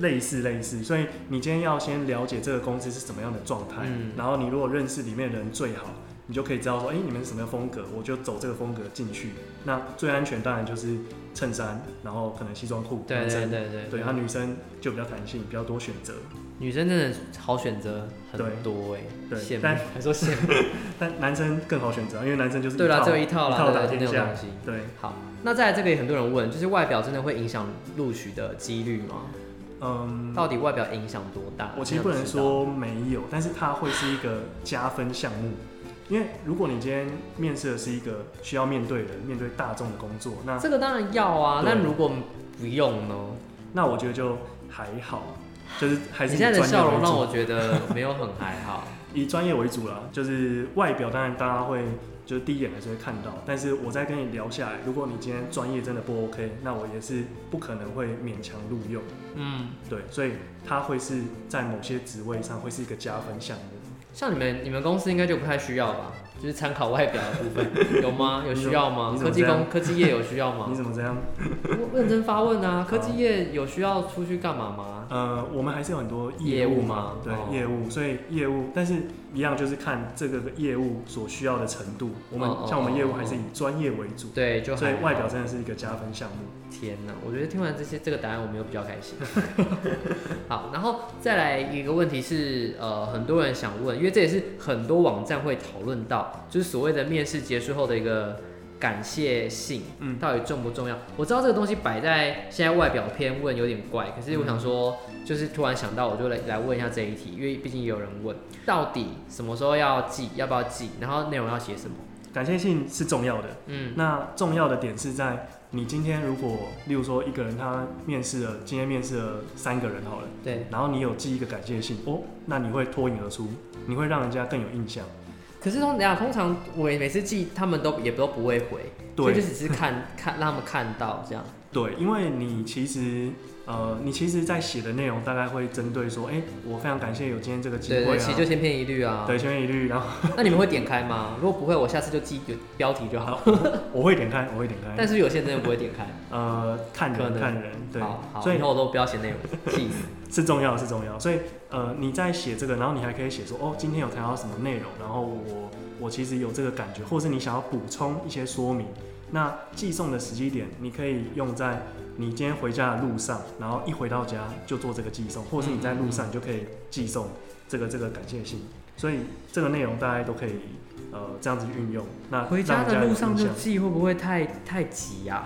[SPEAKER 2] 类似类似，所以你今天要先了解这个公司是什么样的状态，
[SPEAKER 1] 嗯
[SPEAKER 2] 然后你如果认识里面的人最好，你就可以知道说，哎、你们是什么样的风格，我就走这个风格进去。那最安全当然就是衬衫，然后可能西装裤，
[SPEAKER 1] 对
[SPEAKER 2] 男
[SPEAKER 1] 对
[SPEAKER 2] 生
[SPEAKER 1] 对对
[SPEAKER 2] 对，然后女生就比较弹性，比较多选择，
[SPEAKER 1] 女生真的好选择很多哎，
[SPEAKER 2] 对
[SPEAKER 1] 羡慕
[SPEAKER 2] 但 <laughs>
[SPEAKER 1] 还说羡慕。
[SPEAKER 2] 但男生更好选择，因为男生就是一
[SPEAKER 1] 对啦，
[SPEAKER 2] 套
[SPEAKER 1] 只有一套啦，
[SPEAKER 2] 一套
[SPEAKER 1] 对
[SPEAKER 2] 打
[SPEAKER 1] 对
[SPEAKER 2] 天
[SPEAKER 1] 那种
[SPEAKER 2] 下
[SPEAKER 1] 东，西。
[SPEAKER 2] 对。
[SPEAKER 1] 好，那再来这个也很多人问，就是外表真的会影响录取的几率吗？
[SPEAKER 2] 嗯，
[SPEAKER 1] 到底外表影响多大？
[SPEAKER 2] 我其实
[SPEAKER 1] 没
[SPEAKER 2] 不
[SPEAKER 1] 有
[SPEAKER 2] 能
[SPEAKER 1] 知道，
[SPEAKER 2] 说没有，但是它会是一个加分项目。因为如果你今天面试的是一个需要面对人、面对大众的工作，那
[SPEAKER 1] 这个当然要啊。
[SPEAKER 2] 对
[SPEAKER 1] 那如果不用呢？
[SPEAKER 2] 那我觉得就还好，就是还是
[SPEAKER 1] 你
[SPEAKER 2] 以
[SPEAKER 1] 现在的
[SPEAKER 2] 专业
[SPEAKER 1] 笑
[SPEAKER 2] 为
[SPEAKER 1] 容让
[SPEAKER 2] 主，
[SPEAKER 1] 我觉得没有很还
[SPEAKER 2] <laughs>
[SPEAKER 1] 好。
[SPEAKER 2] 以专业为主啦。就是外表，当然大家会就是第一眼还是会看到，但是我在跟你聊下来，如果你今天专业真的不 OK，那我也是不可能会勉强录用。
[SPEAKER 1] 嗯，
[SPEAKER 2] 对，所以它会是在某些职位上会是一个加分项目。
[SPEAKER 1] 像你们你们公司应该就不太需要吧？就是参考外表的部
[SPEAKER 2] <laughs>
[SPEAKER 1] 分有吗？有需要吗
[SPEAKER 2] 你？怎
[SPEAKER 1] 科
[SPEAKER 2] 么
[SPEAKER 1] 技
[SPEAKER 2] 这
[SPEAKER 1] 工科技业有需要
[SPEAKER 2] 你
[SPEAKER 1] 吗？
[SPEAKER 2] 怎么这样？
[SPEAKER 1] 我认真发问啊！科技业有需要出去干嘛吗？
[SPEAKER 2] 呃，我们还是有很多
[SPEAKER 1] 业务
[SPEAKER 2] 务
[SPEAKER 1] 吗
[SPEAKER 2] 嘛，对，
[SPEAKER 1] 哦
[SPEAKER 2] 业务，所以业务，但是一样就是看这个业务所需要的程度。我们
[SPEAKER 1] 哦哦
[SPEAKER 2] 像我们业务还是
[SPEAKER 1] 哦
[SPEAKER 2] 以专业为主，
[SPEAKER 1] 对，就
[SPEAKER 2] 所以
[SPEAKER 1] 还好
[SPEAKER 2] 外表真的是一个加分项目。
[SPEAKER 1] 天哪！我觉得听完这些这个答案，我们又比较开心。 <laughs> 好，然后再来一个问题是，呃，很多人想问，因为这也是很多网站会讨论到，就是所谓的面试结束后的一个感谢信，
[SPEAKER 2] 嗯
[SPEAKER 1] 到底重不重要？我知道这个东西摆在现在外表偏问有点怪，可是我想说，就是突然想到，我就来来问一下这一题，因为毕竟也有人问，到底什么时候要寄，要不要寄，然后内容要写什么？
[SPEAKER 2] 感谢信是重要的，
[SPEAKER 1] 嗯，
[SPEAKER 2] 那重要的点是在你今天如果，例如说一个人他面试了，今天面试了三个人好了，
[SPEAKER 1] 对。
[SPEAKER 2] 然后你有寄一个感谢信哦，那你会脱颖而出，你会让人家更有印象。
[SPEAKER 1] 可是通常通常我每次寄，他们都也都不会回，
[SPEAKER 2] 对
[SPEAKER 1] <laughs> 所以就只是看看让他们看到这样。
[SPEAKER 2] 对，因为你其实呃，你其实在写的内容大概会针对说，哎、我非常感谢有今天这个机
[SPEAKER 1] 对
[SPEAKER 2] 会
[SPEAKER 1] 对，其实就
[SPEAKER 2] 啊，
[SPEAKER 1] 千篇一律啊。
[SPEAKER 2] 对，千篇一律，然后
[SPEAKER 1] 那你们会点开吗？如果不会，我下次就记有标题就好。
[SPEAKER 2] 我会点开，我会点开，
[SPEAKER 1] 但是有些人真的不会点开，
[SPEAKER 2] 呃，看
[SPEAKER 1] 可
[SPEAKER 2] 人
[SPEAKER 1] 能
[SPEAKER 2] 看人， <laughs> 对，
[SPEAKER 1] 好好，
[SPEAKER 2] 所以
[SPEAKER 1] 以后我都不要写内容，气
[SPEAKER 2] <laughs>
[SPEAKER 1] 死。
[SPEAKER 2] 是重要是重要，所以呃，你在写这个，然后你还可以写说，哦，今天有谈到什么内容，然后我我其实有这个感觉，或是你想要补充一些说明。那寄送的时机点，你可以用在你今天回家的路上，然后一回到家就做这个寄送，或是你在路上你就可以寄送这个这个感谢信。所以这个内容大家都可以呃这样子运用。那
[SPEAKER 1] 回家
[SPEAKER 2] 让人
[SPEAKER 1] 的
[SPEAKER 2] 有
[SPEAKER 1] 啊路上
[SPEAKER 2] 印
[SPEAKER 1] 就
[SPEAKER 2] 象
[SPEAKER 1] 记，会不会太太急呀？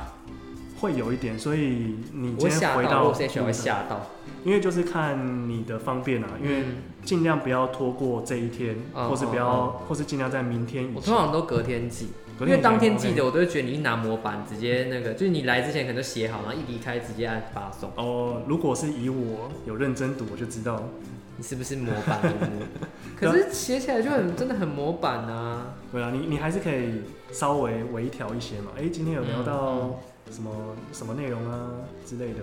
[SPEAKER 2] 会有一点，所以你今
[SPEAKER 1] 我
[SPEAKER 2] 天
[SPEAKER 1] 吓
[SPEAKER 2] 回
[SPEAKER 1] 到，
[SPEAKER 2] 到
[SPEAKER 1] 我现在
[SPEAKER 2] 路
[SPEAKER 1] 会
[SPEAKER 2] 上，
[SPEAKER 1] 吓到，
[SPEAKER 2] 因为就是看你的方便啊，因为。
[SPEAKER 1] 嗯
[SPEAKER 2] 尽量不要拖过这一天，
[SPEAKER 1] 嗯
[SPEAKER 2] 或是不要，或是尽量在明天以
[SPEAKER 1] 我
[SPEAKER 2] 前
[SPEAKER 1] 通。常都隔天记，
[SPEAKER 2] 隔
[SPEAKER 1] 因
[SPEAKER 2] 天
[SPEAKER 1] 为
[SPEAKER 2] 以前
[SPEAKER 1] 当天
[SPEAKER 2] OK
[SPEAKER 1] 记得，我都会觉得你一拿模板直接那个，就是你来之前可能就写好，然后一离开直接按发送，
[SPEAKER 2] 哦，如果是以我有认真读，我就知道。
[SPEAKER 1] 你是不是模板人物？
[SPEAKER 2] <laughs>
[SPEAKER 1] 可是写起来就很真的很模板啊。
[SPEAKER 2] 对啊，你你还是可以稍微微调一些嘛。哎、今天有聊到什么、什么内容啊之类的。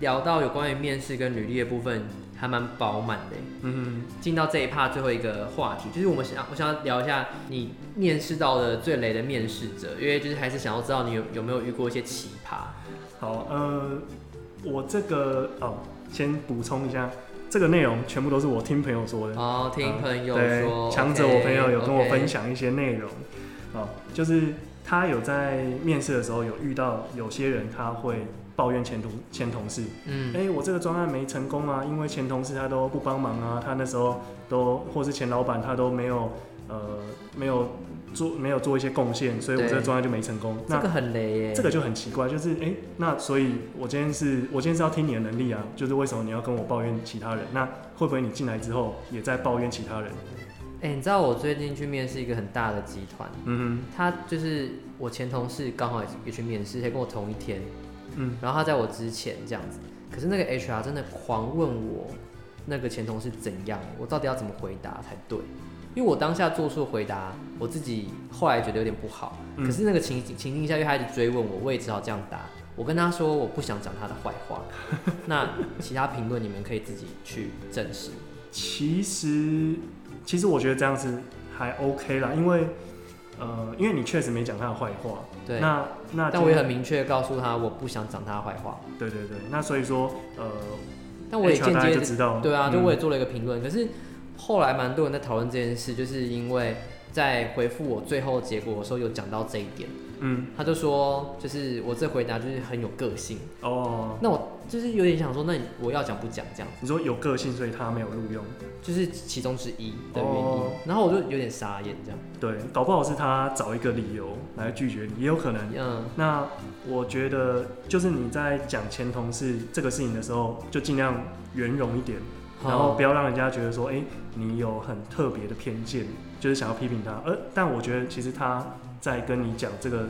[SPEAKER 1] 聊到有关于面试跟履历的部分，还蛮饱满的耶。
[SPEAKER 2] 嗯
[SPEAKER 1] 进到这一趴最后一个话题，就是我们想我想要聊一下你面试到的最雷的面试者，因为就是还是想要知道你有有没有遇过一些奇葩。
[SPEAKER 2] 哼，好，呃，我这个哦，先补充一下，这个内容全部都是我听朋友说的。
[SPEAKER 1] 哦，听朋友
[SPEAKER 2] 对
[SPEAKER 1] 说，
[SPEAKER 2] 强者我朋友有跟我分享一些内容，哦，就是他有在面试的时候有遇到有些人他会抱怨前同前同事，
[SPEAKER 1] 嗯，
[SPEAKER 2] 哎、我这个专案没成功啊，因为前同事他都不帮忙啊，他那时候都或是前老板他都没有呃没有做没有做一些贡献，所以我
[SPEAKER 1] 对
[SPEAKER 2] 这个专案就没成功。
[SPEAKER 1] 这
[SPEAKER 2] 那
[SPEAKER 1] 个很雷耶，
[SPEAKER 2] 这个就很奇怪，就是哎、诶那所以我今天是我今天是要听你的能力啊，就是为什么你要跟我抱怨其他人？那会不会你进来之后也在抱怨其他人？
[SPEAKER 1] 哎、你知道我最近去面试一个很大的集团，
[SPEAKER 2] 嗯
[SPEAKER 1] 他就是我前同事，刚好也也去面试，也跟我同一天，
[SPEAKER 2] 哼，嗯，
[SPEAKER 1] 然后他在我之前这样子，可是那个 HR 真的狂问我那个前同事怎样，我到底要怎么回答才对？因为我当下做出的回答，我自己后来觉得有点不好，
[SPEAKER 2] 嗯
[SPEAKER 1] 可是那个情景情境下，因为他一直追问我，我也只好这样答。我跟他说我不想讲他的坏
[SPEAKER 2] <laughs>
[SPEAKER 1] 话，那其他评论你们可以自己去证实。
[SPEAKER 2] 其实其实我觉得这样是还 OK 啦，因为呃，因为你确实没讲他的坏话，
[SPEAKER 1] 对，
[SPEAKER 2] 那那
[SPEAKER 1] 但
[SPEAKER 2] 就
[SPEAKER 1] 我也很明确地告诉他我不想讲他的坏话，
[SPEAKER 2] 对对对，那所以说呃，
[SPEAKER 1] 但我也
[SPEAKER 2] HR
[SPEAKER 1] 间
[SPEAKER 2] 大概
[SPEAKER 1] 接
[SPEAKER 2] 就知道，
[SPEAKER 1] 对啊，就
[SPEAKER 2] 嗯
[SPEAKER 1] 我也做了一个评论。可是后来蛮多人在讨论这件事，就是因为在回复我最后结果的时候有讲到这一点，
[SPEAKER 2] 嗯
[SPEAKER 1] 他就说就是我这回答就是很有个性。
[SPEAKER 2] 哦，
[SPEAKER 1] 那我就是有点想说，那你我要讲不讲这样，
[SPEAKER 2] 你说有个性，所以他没有录用，
[SPEAKER 1] 就是其中之一的原因。
[SPEAKER 2] 哦
[SPEAKER 1] 然后我就有点傻眼这样，
[SPEAKER 2] 对，搞不好是他找一个理由来拒绝你，也有可能。
[SPEAKER 1] 嗯，
[SPEAKER 2] 那我觉得就是你在讲前同事这个事情的时候，就尽量圆融一点。然
[SPEAKER 1] 好
[SPEAKER 2] 后不要让人家觉得说，哎、你有很特别的偏见，就是想要批评他。而但我觉得其实他在跟你讲这个，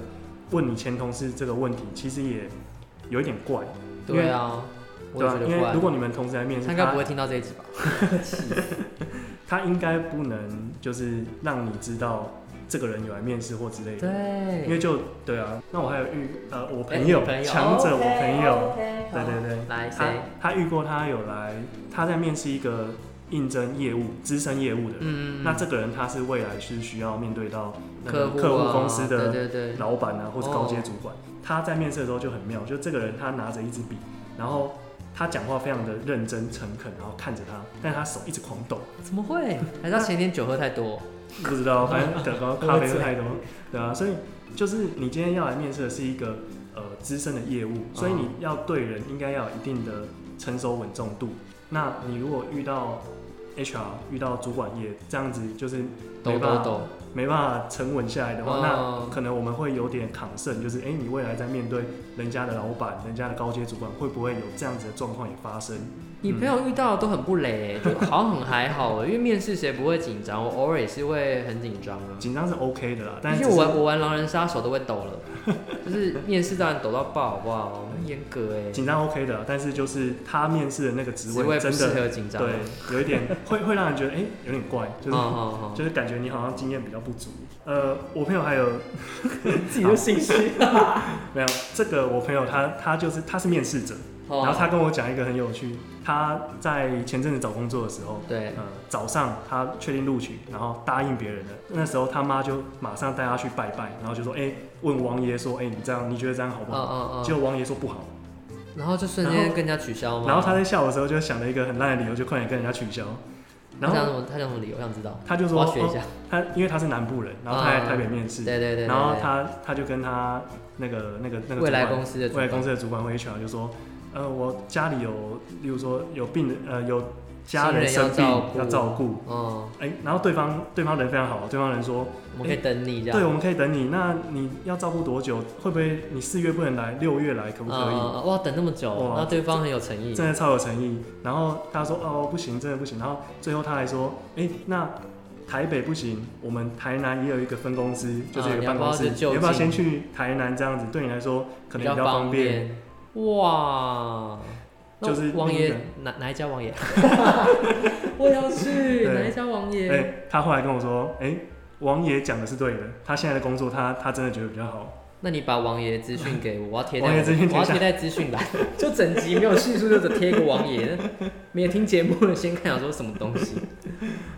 [SPEAKER 2] 问你前同事这个问题，其实也有一点怪，
[SPEAKER 1] 对啊，我
[SPEAKER 2] 对
[SPEAKER 1] 也
[SPEAKER 2] 吧、
[SPEAKER 1] 觉得
[SPEAKER 2] 因为
[SPEAKER 1] 怪
[SPEAKER 2] 如。果你们同时来面试，
[SPEAKER 1] 他应该不
[SPEAKER 2] 他
[SPEAKER 1] 会听到这一集吧？气
[SPEAKER 2] 他应该不能就是让你知道这个人有来面试或之类的，因
[SPEAKER 1] 对，
[SPEAKER 2] 为就对啊。那我还有遇呃，我
[SPEAKER 1] 哎
[SPEAKER 2] 朋
[SPEAKER 1] 你
[SPEAKER 2] 友
[SPEAKER 1] 朋友
[SPEAKER 2] 强者，我朋友，
[SPEAKER 1] OK，OK，好
[SPEAKER 2] 对对对，
[SPEAKER 1] 来
[SPEAKER 2] 他
[SPEAKER 1] 谁？
[SPEAKER 2] 他遇过，他有来，他在面试一个应征业务资深业务的人。
[SPEAKER 1] 嗯，
[SPEAKER 2] 那这个人他是未来是需要面对到那
[SPEAKER 1] 客
[SPEAKER 2] 个
[SPEAKER 1] 户啊
[SPEAKER 2] 客户公司的
[SPEAKER 1] 对对哦对，
[SPEAKER 2] 老板啊，或是高阶主管。他在面试的时候就很妙，就这个人他拿着一支笔，然后他讲话非常的认真诚恳，然后看着他，但他手一直狂
[SPEAKER 1] <laughs>
[SPEAKER 2] 抖，
[SPEAKER 1] 怎么
[SPEAKER 2] <laughs>
[SPEAKER 1] 会？还是他前天酒喝太多？
[SPEAKER 2] 不知道，反正等到咖啡喝太多，对啊，所以就是你今天要来面试的是一个呃资深的业务，
[SPEAKER 1] 嗯
[SPEAKER 2] 所以你要对人应该要有一定的成熟稳重度。那你如果遇到 HR 遇到主管也这样子，就是
[SPEAKER 1] 抖
[SPEAKER 2] 没
[SPEAKER 1] 抖
[SPEAKER 2] 办法
[SPEAKER 1] 抖。
[SPEAKER 2] 没办法沉稳下来的话，
[SPEAKER 1] 哦
[SPEAKER 2] 那可能我们会有点抗胜，就是哎、诶你未来在面对人家的老板、人家的高阶主管，会不会有这样子的状况也发生？
[SPEAKER 1] 你朋友遇到的都很不雷、
[SPEAKER 2] 嗯
[SPEAKER 1] 就好像很还好、 <laughs> 因为面试谁不会紧张？我偶尔也是会很紧张啊。
[SPEAKER 2] 紧张是 OK 的啦，但
[SPEAKER 1] 因
[SPEAKER 2] 是
[SPEAKER 1] 为
[SPEAKER 2] 只
[SPEAKER 1] 我
[SPEAKER 2] 是
[SPEAKER 1] 玩我玩狼人杀手都会抖了， <laughs> 就是面试当然抖到爆，好不好？很严格哎、
[SPEAKER 2] 紧张 OK 的啦，但是就是他面试的那个职
[SPEAKER 1] 职位
[SPEAKER 2] 位
[SPEAKER 1] 不
[SPEAKER 2] 真
[SPEAKER 1] 适
[SPEAKER 2] 的
[SPEAKER 1] 合紧张。啊
[SPEAKER 2] 对，有一点会会让人觉得哎、诶有点怪，就是、
[SPEAKER 1] 好好好，
[SPEAKER 2] 就是感觉你好像经验比较不足。呃，我朋友还有
[SPEAKER 1] <laughs> 自己就心虚。
[SPEAKER 2] <laughs> 没有这个？我朋友他他就是他是面试者，然后
[SPEAKER 1] 哦，
[SPEAKER 2] 他跟我讲一个很有趣，他在前阵子找工作的时候， <laughs>
[SPEAKER 1] 对，
[SPEAKER 2] 呃，早上他确定录取，然后答应别人了。那时候他妈就马上带他去拜拜，然后就说：“哎、问王爷说，哎、你这样你觉得这样好不
[SPEAKER 1] 嗯
[SPEAKER 2] 好？”
[SPEAKER 1] 嗯
[SPEAKER 2] 结
[SPEAKER 1] 嗯，
[SPEAKER 2] 果王爷说不好，
[SPEAKER 1] 然后就瞬
[SPEAKER 2] 然
[SPEAKER 1] 间
[SPEAKER 2] 后
[SPEAKER 1] 跟人家取消嘛。
[SPEAKER 2] 然后他在下午的时候就想了一个很烂的理由，就快点跟人家取消。然
[SPEAKER 1] 他讲什
[SPEAKER 2] 后
[SPEAKER 1] 么？他讲什么理由？我想知道。
[SPEAKER 2] 他就
[SPEAKER 1] 我
[SPEAKER 2] 说：“
[SPEAKER 1] 要学一
[SPEAKER 2] 哦
[SPEAKER 1] 下。
[SPEAKER 2] 他因为他是南部人，然后他在
[SPEAKER 1] 嗯
[SPEAKER 2] 台北面试，
[SPEAKER 1] 对对对对。
[SPEAKER 2] 然后
[SPEAKER 1] 对
[SPEAKER 2] 他他就跟他那个那个那个
[SPEAKER 1] 未来
[SPEAKER 2] 主管
[SPEAKER 1] 公司的主
[SPEAKER 2] 未来
[SPEAKER 1] 管
[SPEAKER 2] 公司的主管会 HR 就说，呃，我家里有，例如说有病人，呃，有家人
[SPEAKER 1] 亲人要
[SPEAKER 2] 生病
[SPEAKER 1] 照顾
[SPEAKER 2] 要照顾，
[SPEAKER 1] 嗯，
[SPEAKER 2] 哎、然后对方对方人非常好，对方人说，
[SPEAKER 1] 我们可以等你这样。
[SPEAKER 2] 对，我们可以等你，那你要照顾多久？会不会你四月不能来，六月来可不可以？
[SPEAKER 1] 嗯，哇，等那么久，
[SPEAKER 2] 哇
[SPEAKER 1] 那对方很有诚意。
[SPEAKER 2] 真的超有诚意。然后他说哦不行，真的不行。然后最后他还说，哎、那台北不行，我们台南也有一个分公司，就是有一
[SPEAKER 1] 嗯你
[SPEAKER 2] 个
[SPEAKER 1] 要
[SPEAKER 2] 办
[SPEAKER 1] 不
[SPEAKER 2] 公
[SPEAKER 1] 要
[SPEAKER 2] 室，
[SPEAKER 1] 去就
[SPEAKER 2] 你要不要
[SPEAKER 1] 近
[SPEAKER 2] 先去台南这样子？对你来说可能比较方
[SPEAKER 1] 方
[SPEAKER 2] 便。。
[SPEAKER 1] 哇，那
[SPEAKER 2] 就是
[SPEAKER 1] 王
[SPEAKER 2] 另一
[SPEAKER 1] 爷
[SPEAKER 2] 个
[SPEAKER 1] 哪哪一家王
[SPEAKER 2] <laughs>
[SPEAKER 1] 爷？我要去
[SPEAKER 2] 对
[SPEAKER 1] 哪一家王
[SPEAKER 2] 哎、
[SPEAKER 1] 爷？
[SPEAKER 2] 他后来跟我说，哎、王爷讲的是对的，他现在的工作他他真的觉得比较好。
[SPEAKER 1] 那你把王爷资讯给我，我要贴在
[SPEAKER 2] 王爷资讯
[SPEAKER 1] 我要
[SPEAKER 2] 贴下
[SPEAKER 1] 贴在资讯
[SPEAKER 2] <laughs>
[SPEAKER 1] 栏，就整集没有叙述，就只贴一个王爷。没有听节目的先看想说什么东
[SPEAKER 2] <laughs>
[SPEAKER 1] 西。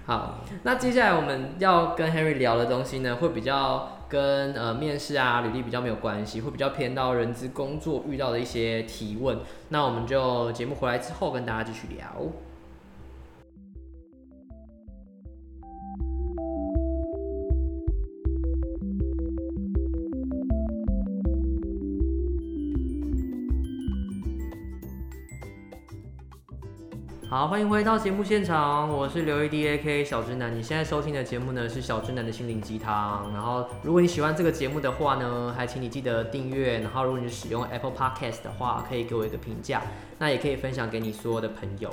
[SPEAKER 1] 好，那接下来我们要跟 Henry 聊的东西呢，会比较跟呃面试啊、履历比较没有关系，会比较偏到人资工作遇到的一些提问。那我们就节目回来之后跟大家继续聊。好，欢迎回到节目现场，我是刘一 D A K 小直男。你现在收听的节目呢是小直男的心灵鸡汤。然后，如果你喜欢这个节目的话呢，还请你记得订阅。然后，如果你使用 Apple Podcast 的话，可以给我一个评价，那也可以分享给你所有的朋友。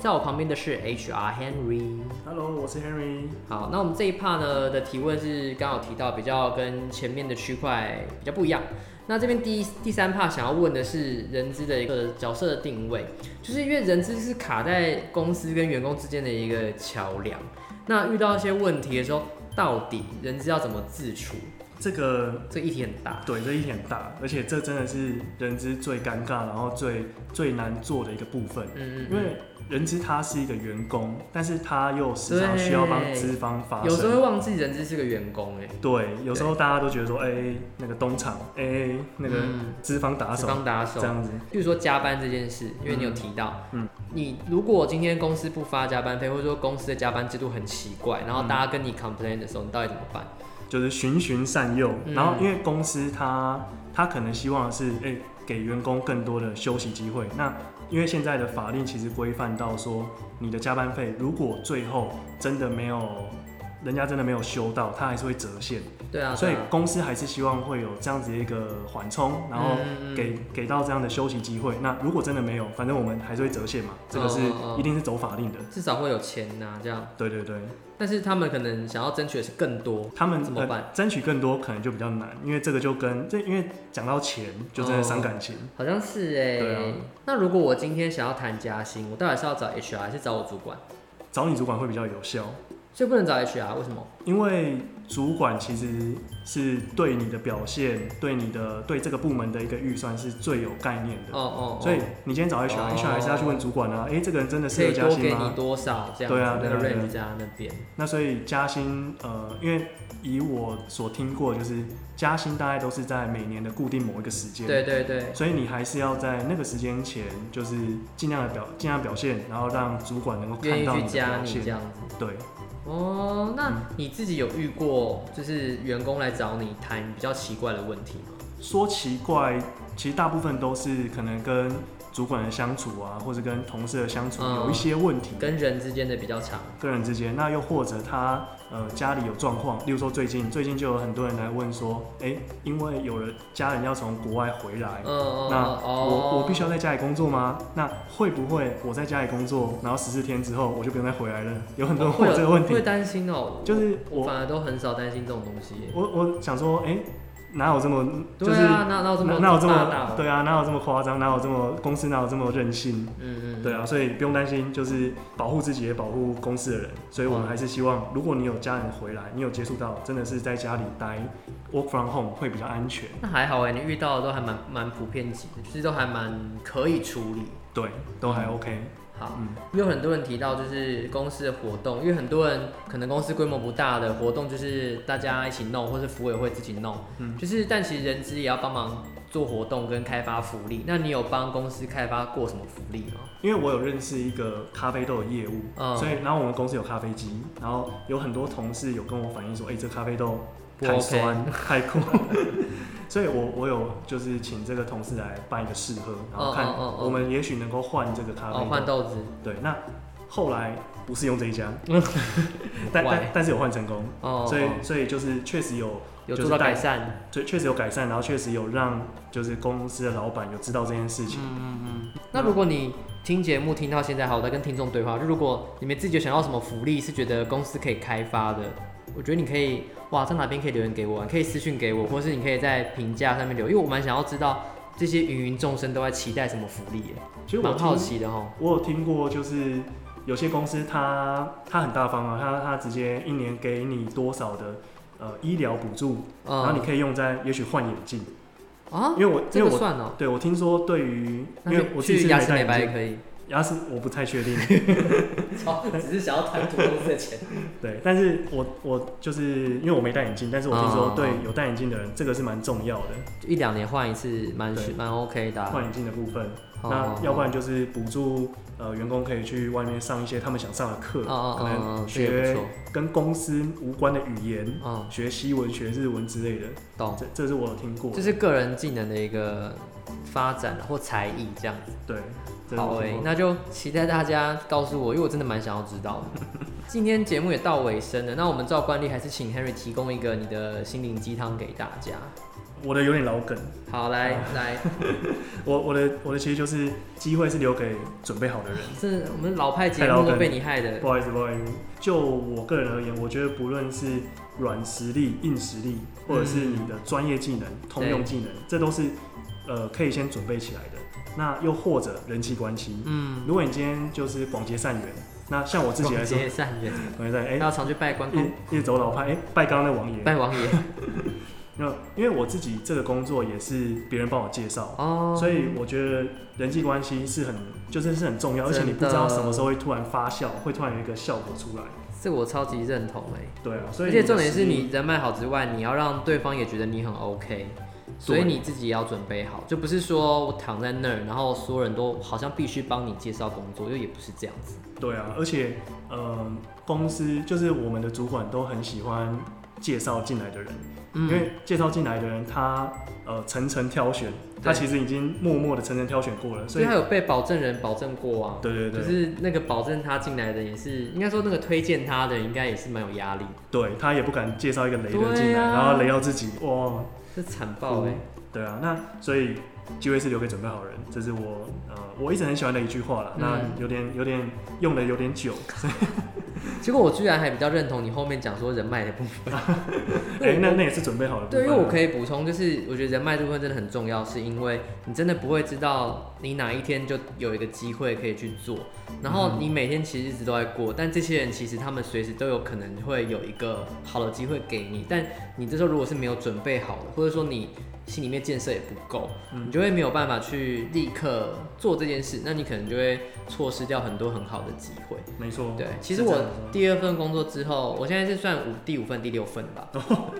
[SPEAKER 1] 在我旁边的是 H R Henry。
[SPEAKER 2] Hello，我是 Henry。
[SPEAKER 1] 好，那我们这一 part 呢的提问是刚好提到比较跟前面的区块比较不一样。那这边第一第三 part 想要问的是人资的一个角色的定位，就是因为人资是卡在公司跟员工之间的一个桥梁。那遇到一些问题的时候，到底人资要怎么自处？
[SPEAKER 2] 这个
[SPEAKER 1] 这个议题很大。
[SPEAKER 2] 对，这一点很大，而且这真的是人资最尴尬，然后最最难做的一个部分。
[SPEAKER 1] 嗯嗯
[SPEAKER 2] 因为人资他是一个员工，但是他又时常需要帮资方发
[SPEAKER 1] 嗯，有时候
[SPEAKER 2] 声。
[SPEAKER 1] 会忘记人资是个员工、欸，哎，
[SPEAKER 2] 对，有时候大家都觉得说，哎、那个东厂，哎、那个
[SPEAKER 1] 嗯
[SPEAKER 2] 资方打手、
[SPEAKER 1] 帮打手
[SPEAKER 2] 这，样子，
[SPEAKER 1] 比如说加班这件事，因为你有提到，
[SPEAKER 2] 嗯
[SPEAKER 1] 你如果今天公司不发加班费，或者说公司的加班制度很奇怪，然后大家跟你 complain 的时候，你到底怎么办？
[SPEAKER 2] 就是循循善诱。
[SPEAKER 1] 嗯
[SPEAKER 2] 然后因为公司他他可能希望的是，哎、给员工更多的休息机会。那因为现在的法令其实规范到说，你的加班费如果最后真的没有，人家真的没有休到，他还是会折现。
[SPEAKER 1] 对啊，
[SPEAKER 2] 所以
[SPEAKER 1] 对啊
[SPEAKER 2] 公司还是希望会有这样子一个缓冲，然后
[SPEAKER 1] 嗯嗯嗯
[SPEAKER 2] 给给到这样的休息机会。那如果真的没有，反正我们还是会折现嘛，这个是
[SPEAKER 1] 嗯嗯嗯
[SPEAKER 2] 一定是走法令的。
[SPEAKER 1] 至少会有钱呐、这样。
[SPEAKER 2] 对对对，
[SPEAKER 1] 但是他们可能想要争取的是更多，
[SPEAKER 2] 他们
[SPEAKER 1] 怎么办
[SPEAKER 2] 呃争取更多可能就比较难，因为这个就跟这因为讲到钱就真的伤感情。
[SPEAKER 1] 好像是哎、
[SPEAKER 2] 对啊
[SPEAKER 1] 那如果我今天想要谈加薪，我到底是要找 HR 还是找我主管？
[SPEAKER 2] 找你主管会比较有效，
[SPEAKER 1] 所以不能找 HR，为什么？
[SPEAKER 2] 因为主管其实是对你的表现、对你的对这个部门的一个预算是最有概念的。
[SPEAKER 1] 哦哦，哦
[SPEAKER 2] 所以你今天找 HR，HR、
[SPEAKER 1] 哦
[SPEAKER 2] 还是要去问主管啊，哎、这个人真的
[SPEAKER 1] 可
[SPEAKER 2] 适合
[SPEAKER 1] 以
[SPEAKER 2] 加
[SPEAKER 1] 多
[SPEAKER 2] 薪
[SPEAKER 1] 给
[SPEAKER 2] 吗？
[SPEAKER 1] 你多少这样子？
[SPEAKER 2] 对啊
[SPEAKER 1] 那
[SPEAKER 2] 对啊
[SPEAKER 1] 个
[SPEAKER 2] 对啊
[SPEAKER 1] range 在他那边。
[SPEAKER 2] 那所以加薪，呃，因为以我所听过，就是加薪大概都是在每年的固定某一个时间，，
[SPEAKER 1] 对对对，
[SPEAKER 2] 所以你还是要在那个时间前，就是尽量的表尽量表现，然后让主管能够
[SPEAKER 1] 愿
[SPEAKER 2] 看
[SPEAKER 1] 意
[SPEAKER 2] 到
[SPEAKER 1] 去
[SPEAKER 2] 你的
[SPEAKER 1] 加
[SPEAKER 2] 表
[SPEAKER 1] 你这
[SPEAKER 2] 现。
[SPEAKER 1] 样子。
[SPEAKER 2] 对，
[SPEAKER 1] 哦，
[SPEAKER 2] 嗯
[SPEAKER 1] 那你自己有遇过就是员工来找你谈比较奇怪的问题吗？
[SPEAKER 2] 说奇怪，其实大部分都是可能跟主管的相处啊，或者跟同事的相处
[SPEAKER 1] 嗯
[SPEAKER 2] 有一些问题，
[SPEAKER 1] 跟人之间的比较长，
[SPEAKER 2] 个人之间，那又或者他呃家里有状况，例如说最近最近就有很多人来问说，哎、因为有人家人要从国外回来
[SPEAKER 1] 嗯，嗯
[SPEAKER 2] 那
[SPEAKER 1] 嗯哦，
[SPEAKER 2] 我我必须要在家里工作吗？那会不会我在家里工作，然后十四天之后我就不用再回来了？哦有很多人
[SPEAKER 1] 会
[SPEAKER 2] 问
[SPEAKER 1] 有
[SPEAKER 2] 我这个问
[SPEAKER 1] 会
[SPEAKER 2] 题，
[SPEAKER 1] 担心哦，
[SPEAKER 2] 就是
[SPEAKER 1] 我
[SPEAKER 2] 我
[SPEAKER 1] 反而都很少担心这种东西耶。
[SPEAKER 2] 我我想说，哎、哪有这么就
[SPEAKER 1] 对
[SPEAKER 2] 是
[SPEAKER 1] 啊，哪哪有这么
[SPEAKER 2] 哪哪有这
[SPEAKER 1] 大
[SPEAKER 2] 么
[SPEAKER 1] 大？
[SPEAKER 2] 对啊，哪有这么夸张？哪有这么公司哪有这么任性？
[SPEAKER 1] 嗯嗯，
[SPEAKER 2] 对啊，所以不用担心，就是保护自己也保护公司的人。所以
[SPEAKER 1] 嗯
[SPEAKER 2] 我们还是希望，如果你有家人回来，你有接触到，真的是在家里待 work from home 会比较安全。
[SPEAKER 1] 那还好哎，你遇到的都还蛮蛮普遍级的，就是都还蛮可以处理。
[SPEAKER 2] 对，都还 OK。
[SPEAKER 1] 好，
[SPEAKER 2] 嗯
[SPEAKER 1] 有很多人提到就是公司的活动，因为很多人可能公司规模不大的活动，就是大家一起弄，或是服委会自己弄，
[SPEAKER 2] 嗯
[SPEAKER 1] 就是但其实人资也要帮忙做活动跟开发福利。那你有帮公司开发过什么福利吗？
[SPEAKER 2] 因为我有认识一个咖啡豆的业务，
[SPEAKER 1] 嗯
[SPEAKER 2] 所以然后我们公司有咖啡机，然后有很多同事有跟我反映说，哎、这咖啡豆
[SPEAKER 1] 不
[SPEAKER 2] 太
[SPEAKER 1] OK
[SPEAKER 2] 酸、太苦， <laughs> 所以我我有就是请这个同事来办一个试喝，然后看
[SPEAKER 1] 嗯嗯嗯嗯
[SPEAKER 2] 我们也许能够换这个咖啡
[SPEAKER 1] 哦，
[SPEAKER 2] 豆。
[SPEAKER 1] 换豆子，
[SPEAKER 2] 对，那后来不是用这
[SPEAKER 1] <laughs>
[SPEAKER 2] 一家，但
[SPEAKER 1] Why？
[SPEAKER 2] 但但是有换成功，
[SPEAKER 1] 哦，
[SPEAKER 2] 所以
[SPEAKER 1] 哦
[SPEAKER 2] 所以就是确实有
[SPEAKER 1] 有
[SPEAKER 2] 就
[SPEAKER 1] 做
[SPEAKER 2] 是
[SPEAKER 1] 到
[SPEAKER 2] 带
[SPEAKER 1] 改善。
[SPEAKER 2] 确确实有改善，然后确实有让就是公司的老板有知道这件事情。
[SPEAKER 1] 嗯
[SPEAKER 2] 嗯
[SPEAKER 1] 那如果你听节目听到现在，好，我在跟听众对话，就如果你们自己有想要什么福利，是觉得公司可以开发的，我觉得你可以哇，在哪边可以留言给我，可以私讯给我，或是你可以在评价上面留，因为我蛮想要知道这些芸芸众生都在期待什么福利耶，
[SPEAKER 2] 其实我
[SPEAKER 1] 蛮好
[SPEAKER 2] 听
[SPEAKER 1] 奇的哦。
[SPEAKER 2] 我有听过，就是有些公司它它很大方啊，它它直接一年给你多少的呃医疗补助，然后你
[SPEAKER 1] 嗯
[SPEAKER 2] 可以用在也许换眼镜，
[SPEAKER 1] 啊
[SPEAKER 2] 因，为我
[SPEAKER 1] 这
[SPEAKER 2] 因为
[SPEAKER 1] 个
[SPEAKER 2] 我
[SPEAKER 1] 算哦，
[SPEAKER 2] 对我听说对于因
[SPEAKER 1] 那
[SPEAKER 2] 为
[SPEAKER 1] 去
[SPEAKER 2] 我自己
[SPEAKER 1] 去
[SPEAKER 2] 是
[SPEAKER 1] 牙
[SPEAKER 2] 没
[SPEAKER 1] 齿
[SPEAKER 2] 戴
[SPEAKER 1] 美
[SPEAKER 2] 眼
[SPEAKER 1] 白也
[SPEAKER 2] 镜，
[SPEAKER 1] 可以， <laughs>
[SPEAKER 2] 牙齿我不太确定，
[SPEAKER 1] 只是想要贪图公司的钱。
[SPEAKER 2] 对，但是我我就是因为我没戴眼镜，但是我听说
[SPEAKER 1] 哦
[SPEAKER 2] 对有戴眼镜的人这个是蛮重要的，
[SPEAKER 1] 一两年换一次，蛮
[SPEAKER 2] 对
[SPEAKER 1] 蛮 OK 的啊、哦
[SPEAKER 2] 换眼镜的部分，
[SPEAKER 1] 好
[SPEAKER 2] 那要不
[SPEAKER 1] 然
[SPEAKER 2] 然就是补助呃员工可以去外面上一些他们想上的课，
[SPEAKER 1] 哦
[SPEAKER 2] 可
[SPEAKER 1] 哦
[SPEAKER 2] 能
[SPEAKER 1] 哦，这也
[SPEAKER 2] 学
[SPEAKER 1] 不错。
[SPEAKER 2] 跟公司无关的语言，
[SPEAKER 1] 嗯，
[SPEAKER 2] 学西文、学日文之类的，
[SPEAKER 1] 懂。
[SPEAKER 2] 这这是我有听过的。
[SPEAKER 1] 这哦是个人技能的一个发展或才艺这样子。
[SPEAKER 2] 对，这是
[SPEAKER 1] 好欸
[SPEAKER 2] 我
[SPEAKER 1] 诶、
[SPEAKER 2] 听过的
[SPEAKER 1] 那就期待大家告诉我，因为我真的蛮想要知道 <laughs> 的。今天节目也到尾声了，那我们照惯例还是请 Henry 提供一个你的心灵鸡汤给大家。
[SPEAKER 2] 我的有点老梗，
[SPEAKER 1] 好，来来，
[SPEAKER 2] 我我的我的其实就是机会是留给准备好的人。
[SPEAKER 1] 这我们老派节目都被你害的
[SPEAKER 2] 不。好意思，不好意思，就我个人而言，我觉得不论是软实力、硬实力，或者是
[SPEAKER 1] 嗯
[SPEAKER 2] 你的专业技能、通用技能，这都是呃可以先准备起来的。那又或者人际关系，
[SPEAKER 1] 嗯，
[SPEAKER 2] 如果你今天就是广结善缘，那像我自己来说
[SPEAKER 1] 广，结善缘，
[SPEAKER 2] 广结善缘，哎、
[SPEAKER 1] 要常去拜关公、
[SPEAKER 2] 一一直走老派，哎、拜刚刚那王爷，
[SPEAKER 1] 拜王爷。
[SPEAKER 2] 那因为我自己这个工作也是别人帮我介绍，
[SPEAKER 1] 哦，
[SPEAKER 2] 所以我觉得人际关系是很就是是很重要，而且你不知道
[SPEAKER 1] 真的
[SPEAKER 2] 什么时候会突然发酵，会突然有一个效果出来。
[SPEAKER 1] 这个我超级认同哎诶、
[SPEAKER 2] 对啊，所以
[SPEAKER 1] 而且
[SPEAKER 2] 你的
[SPEAKER 1] 重点是
[SPEAKER 2] 实力
[SPEAKER 1] 你人脉好之外，你要让对方也觉得你很 OK，所以你自己也要准备好，就不是说我躺在那儿，然后所有人都好像必须帮你介绍工作，又也不是这样子。
[SPEAKER 2] 对啊，而且嗯、呃公司就是我们的主管都很喜欢介绍进来的人，
[SPEAKER 1] 嗯
[SPEAKER 2] 因为介绍进来的人他呃层层挑选，他
[SPEAKER 1] 对
[SPEAKER 2] 其实已经默默的层层挑选过了，
[SPEAKER 1] 所
[SPEAKER 2] 所以
[SPEAKER 1] 以他有被保证人保证过啊，
[SPEAKER 2] 对对对，
[SPEAKER 1] 就是那个保证他进来的也是，应该说那个推荐他的应该也是蛮有压力，
[SPEAKER 2] 对他也不敢介绍一个雷人
[SPEAKER 1] 对
[SPEAKER 2] 进来，
[SPEAKER 1] 啊
[SPEAKER 2] 然后雷到自己哇，
[SPEAKER 1] 这惨爆哎、
[SPEAKER 2] 对啊，那所以机会是留给准备好人，这是我呃我一直很喜欢的一句话啦。那
[SPEAKER 1] 嗯
[SPEAKER 2] 有点有点用的有点久，
[SPEAKER 1] 结果我居然还比较认同你后面讲说人脉的部分。
[SPEAKER 2] <laughs>
[SPEAKER 1] <laughs>
[SPEAKER 2] 哎、那那也是准备好的部分
[SPEAKER 1] 对，
[SPEAKER 2] 啊。
[SPEAKER 1] 因为我可以补充，就是我觉得人脉这部分真的很重要，是因为你真的不会知道你哪一天就有一个机会可以去做，然后
[SPEAKER 2] 嗯
[SPEAKER 1] 你每天其实日子都在过，但这些人其实他们随时都有可能会有一个好的机会给你，但你这时候如果是没有准备好的，或者说你心里面建设也不够，
[SPEAKER 2] 嗯
[SPEAKER 1] 你就会没有办法去立刻做这件事，那你可能就会错失掉很多很好的机会。
[SPEAKER 2] 没错，
[SPEAKER 1] 对，其实
[SPEAKER 2] 是这
[SPEAKER 1] 我
[SPEAKER 2] 样子
[SPEAKER 1] 第二份工作之后，我现在是算五第五份、第六份
[SPEAKER 2] <laughs>
[SPEAKER 1] 吧。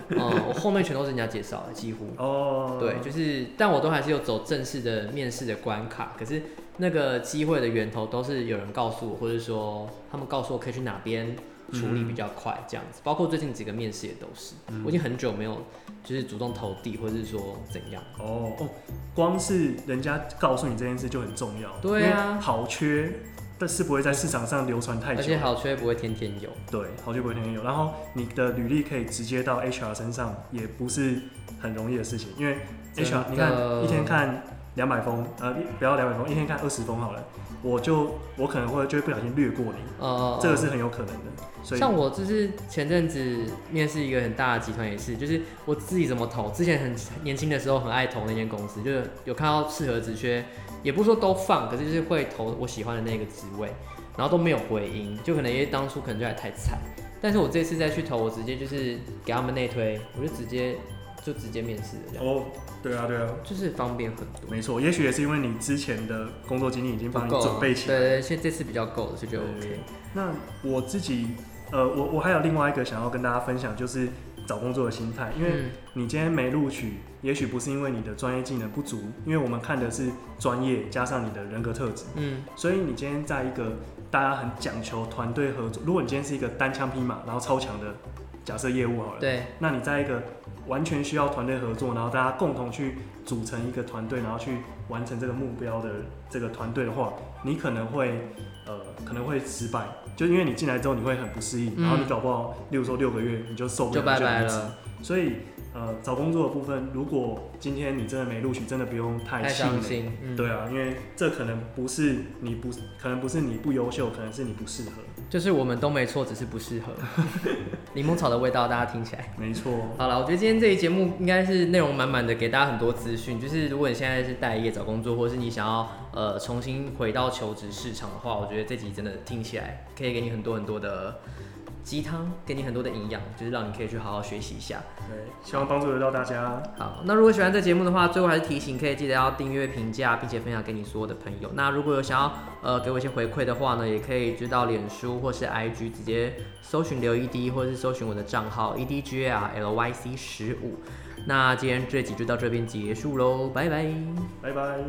[SPEAKER 1] 嗯，我后面全都是人家介绍的，几乎。
[SPEAKER 2] 哦，
[SPEAKER 1] 对，就是，但我都还是有走正式的面试的关卡，可是那个机会的源头都是有人告诉我，或者说他们告诉我可以去哪边处
[SPEAKER 2] 嗯
[SPEAKER 1] 理比较快，这样子。包括最近几个面试也都是，我已经很久没有就是主动投递，或者是说怎样。
[SPEAKER 2] 哦哦，光是人家告诉你这件事就很重要，
[SPEAKER 1] 对啊
[SPEAKER 2] 因为好缺，但是不会在市场上流传太
[SPEAKER 1] 而
[SPEAKER 2] 久
[SPEAKER 1] 且，好缺不会天天有，
[SPEAKER 2] 对，好缺不会天天有。然后你的履历可以直接到 HR 身上，也不是很容易的事情，因为
[SPEAKER 1] 真
[SPEAKER 2] HR
[SPEAKER 1] 的
[SPEAKER 2] 你看一天看两百封，呃，一不要两百封，一天看二十封好了，我就我可能会就会不小心略过你，
[SPEAKER 1] 呃，
[SPEAKER 2] 这个是很有可能的，所以
[SPEAKER 1] 像我就是前阵子面试一个很大的集团，也是，就是我自己怎么投，之前很年轻的时候很爱投那间公司，就是有看到适合职缺，也不是说都放，可是就是会投我喜欢的那个职位，然后都没有回音，就可能因为当初可能就还太菜，但是我这次再去投，我直接就是给他们内推，我就直接就直接面试了，这样
[SPEAKER 2] 哦，对啊对啊，
[SPEAKER 1] 就是方便很多，
[SPEAKER 2] 没错，也许也是因为你之前的工作经历已经
[SPEAKER 1] 不
[SPEAKER 2] 帮你
[SPEAKER 1] 够
[SPEAKER 2] 准备起来
[SPEAKER 1] 对对，对现在这次比较够了，所以就
[SPEAKER 2] 对
[SPEAKER 1] OK。
[SPEAKER 2] 那我自己，呃，我我还有另外一个想要跟大家分享，就是找工作的心态。因为
[SPEAKER 1] 嗯
[SPEAKER 2] 你今天没录取，也许不是因为你的专业技能不足，因为我们看的是专业加上你的人格特质。
[SPEAKER 1] 嗯
[SPEAKER 2] 所以你今天在一个大家很讲求团队合作，如果你今天是一个单枪匹马，然后超强的假设业务好了，
[SPEAKER 1] 对，
[SPEAKER 2] 那你在一个完全需要团队合作，然后大家共同去组成一个团队，然后去完成这个目标的这个团队的话，你可能会呃可能会失败，就因为你进来之后你会很不适应，
[SPEAKER 1] 嗯
[SPEAKER 2] 然后你搞不好，例如说六个月你就受不
[SPEAKER 1] 就
[SPEAKER 2] 了
[SPEAKER 1] 拜拜
[SPEAKER 2] 离职
[SPEAKER 1] 了，
[SPEAKER 2] 所以呃找工作的部分，如果今天你真的没录取，真的不用太
[SPEAKER 1] 太
[SPEAKER 2] 气
[SPEAKER 1] 伤
[SPEAKER 2] 馁。
[SPEAKER 1] 心，嗯。
[SPEAKER 2] 对啊，因为这可能不是你不，可能不是你不优秀，可能是你不适合。
[SPEAKER 1] 就是我们都没错，只是不适合。 <laughs> 柠檬草的味道，大家听起来。
[SPEAKER 2] 没错，
[SPEAKER 1] 好了，我觉得今天这一节目应该是内容满满的，给大家很多资讯。就是如果你现在是待业找工作，或是你想要呃重新回到求职市场的话，我觉得这集真的听起来可以给你很多很多的鸡汤，给你很多的营养，就是让你可以去好好学习一下。
[SPEAKER 2] 对，希望帮助得到大家。
[SPEAKER 1] 好，那如果喜欢这节目的话，最后还是提醒，可以记得要订阅、评价，并且分享给你所有的朋友。那如果有想要呃给我一些回馈的话呢，也可以知道脸书或是 IG 直接搜寻刘 ED，或者是搜寻我的账号 E EDGARLYC 十五。那今天这集就到这边结束喽，拜拜。
[SPEAKER 2] 拜拜。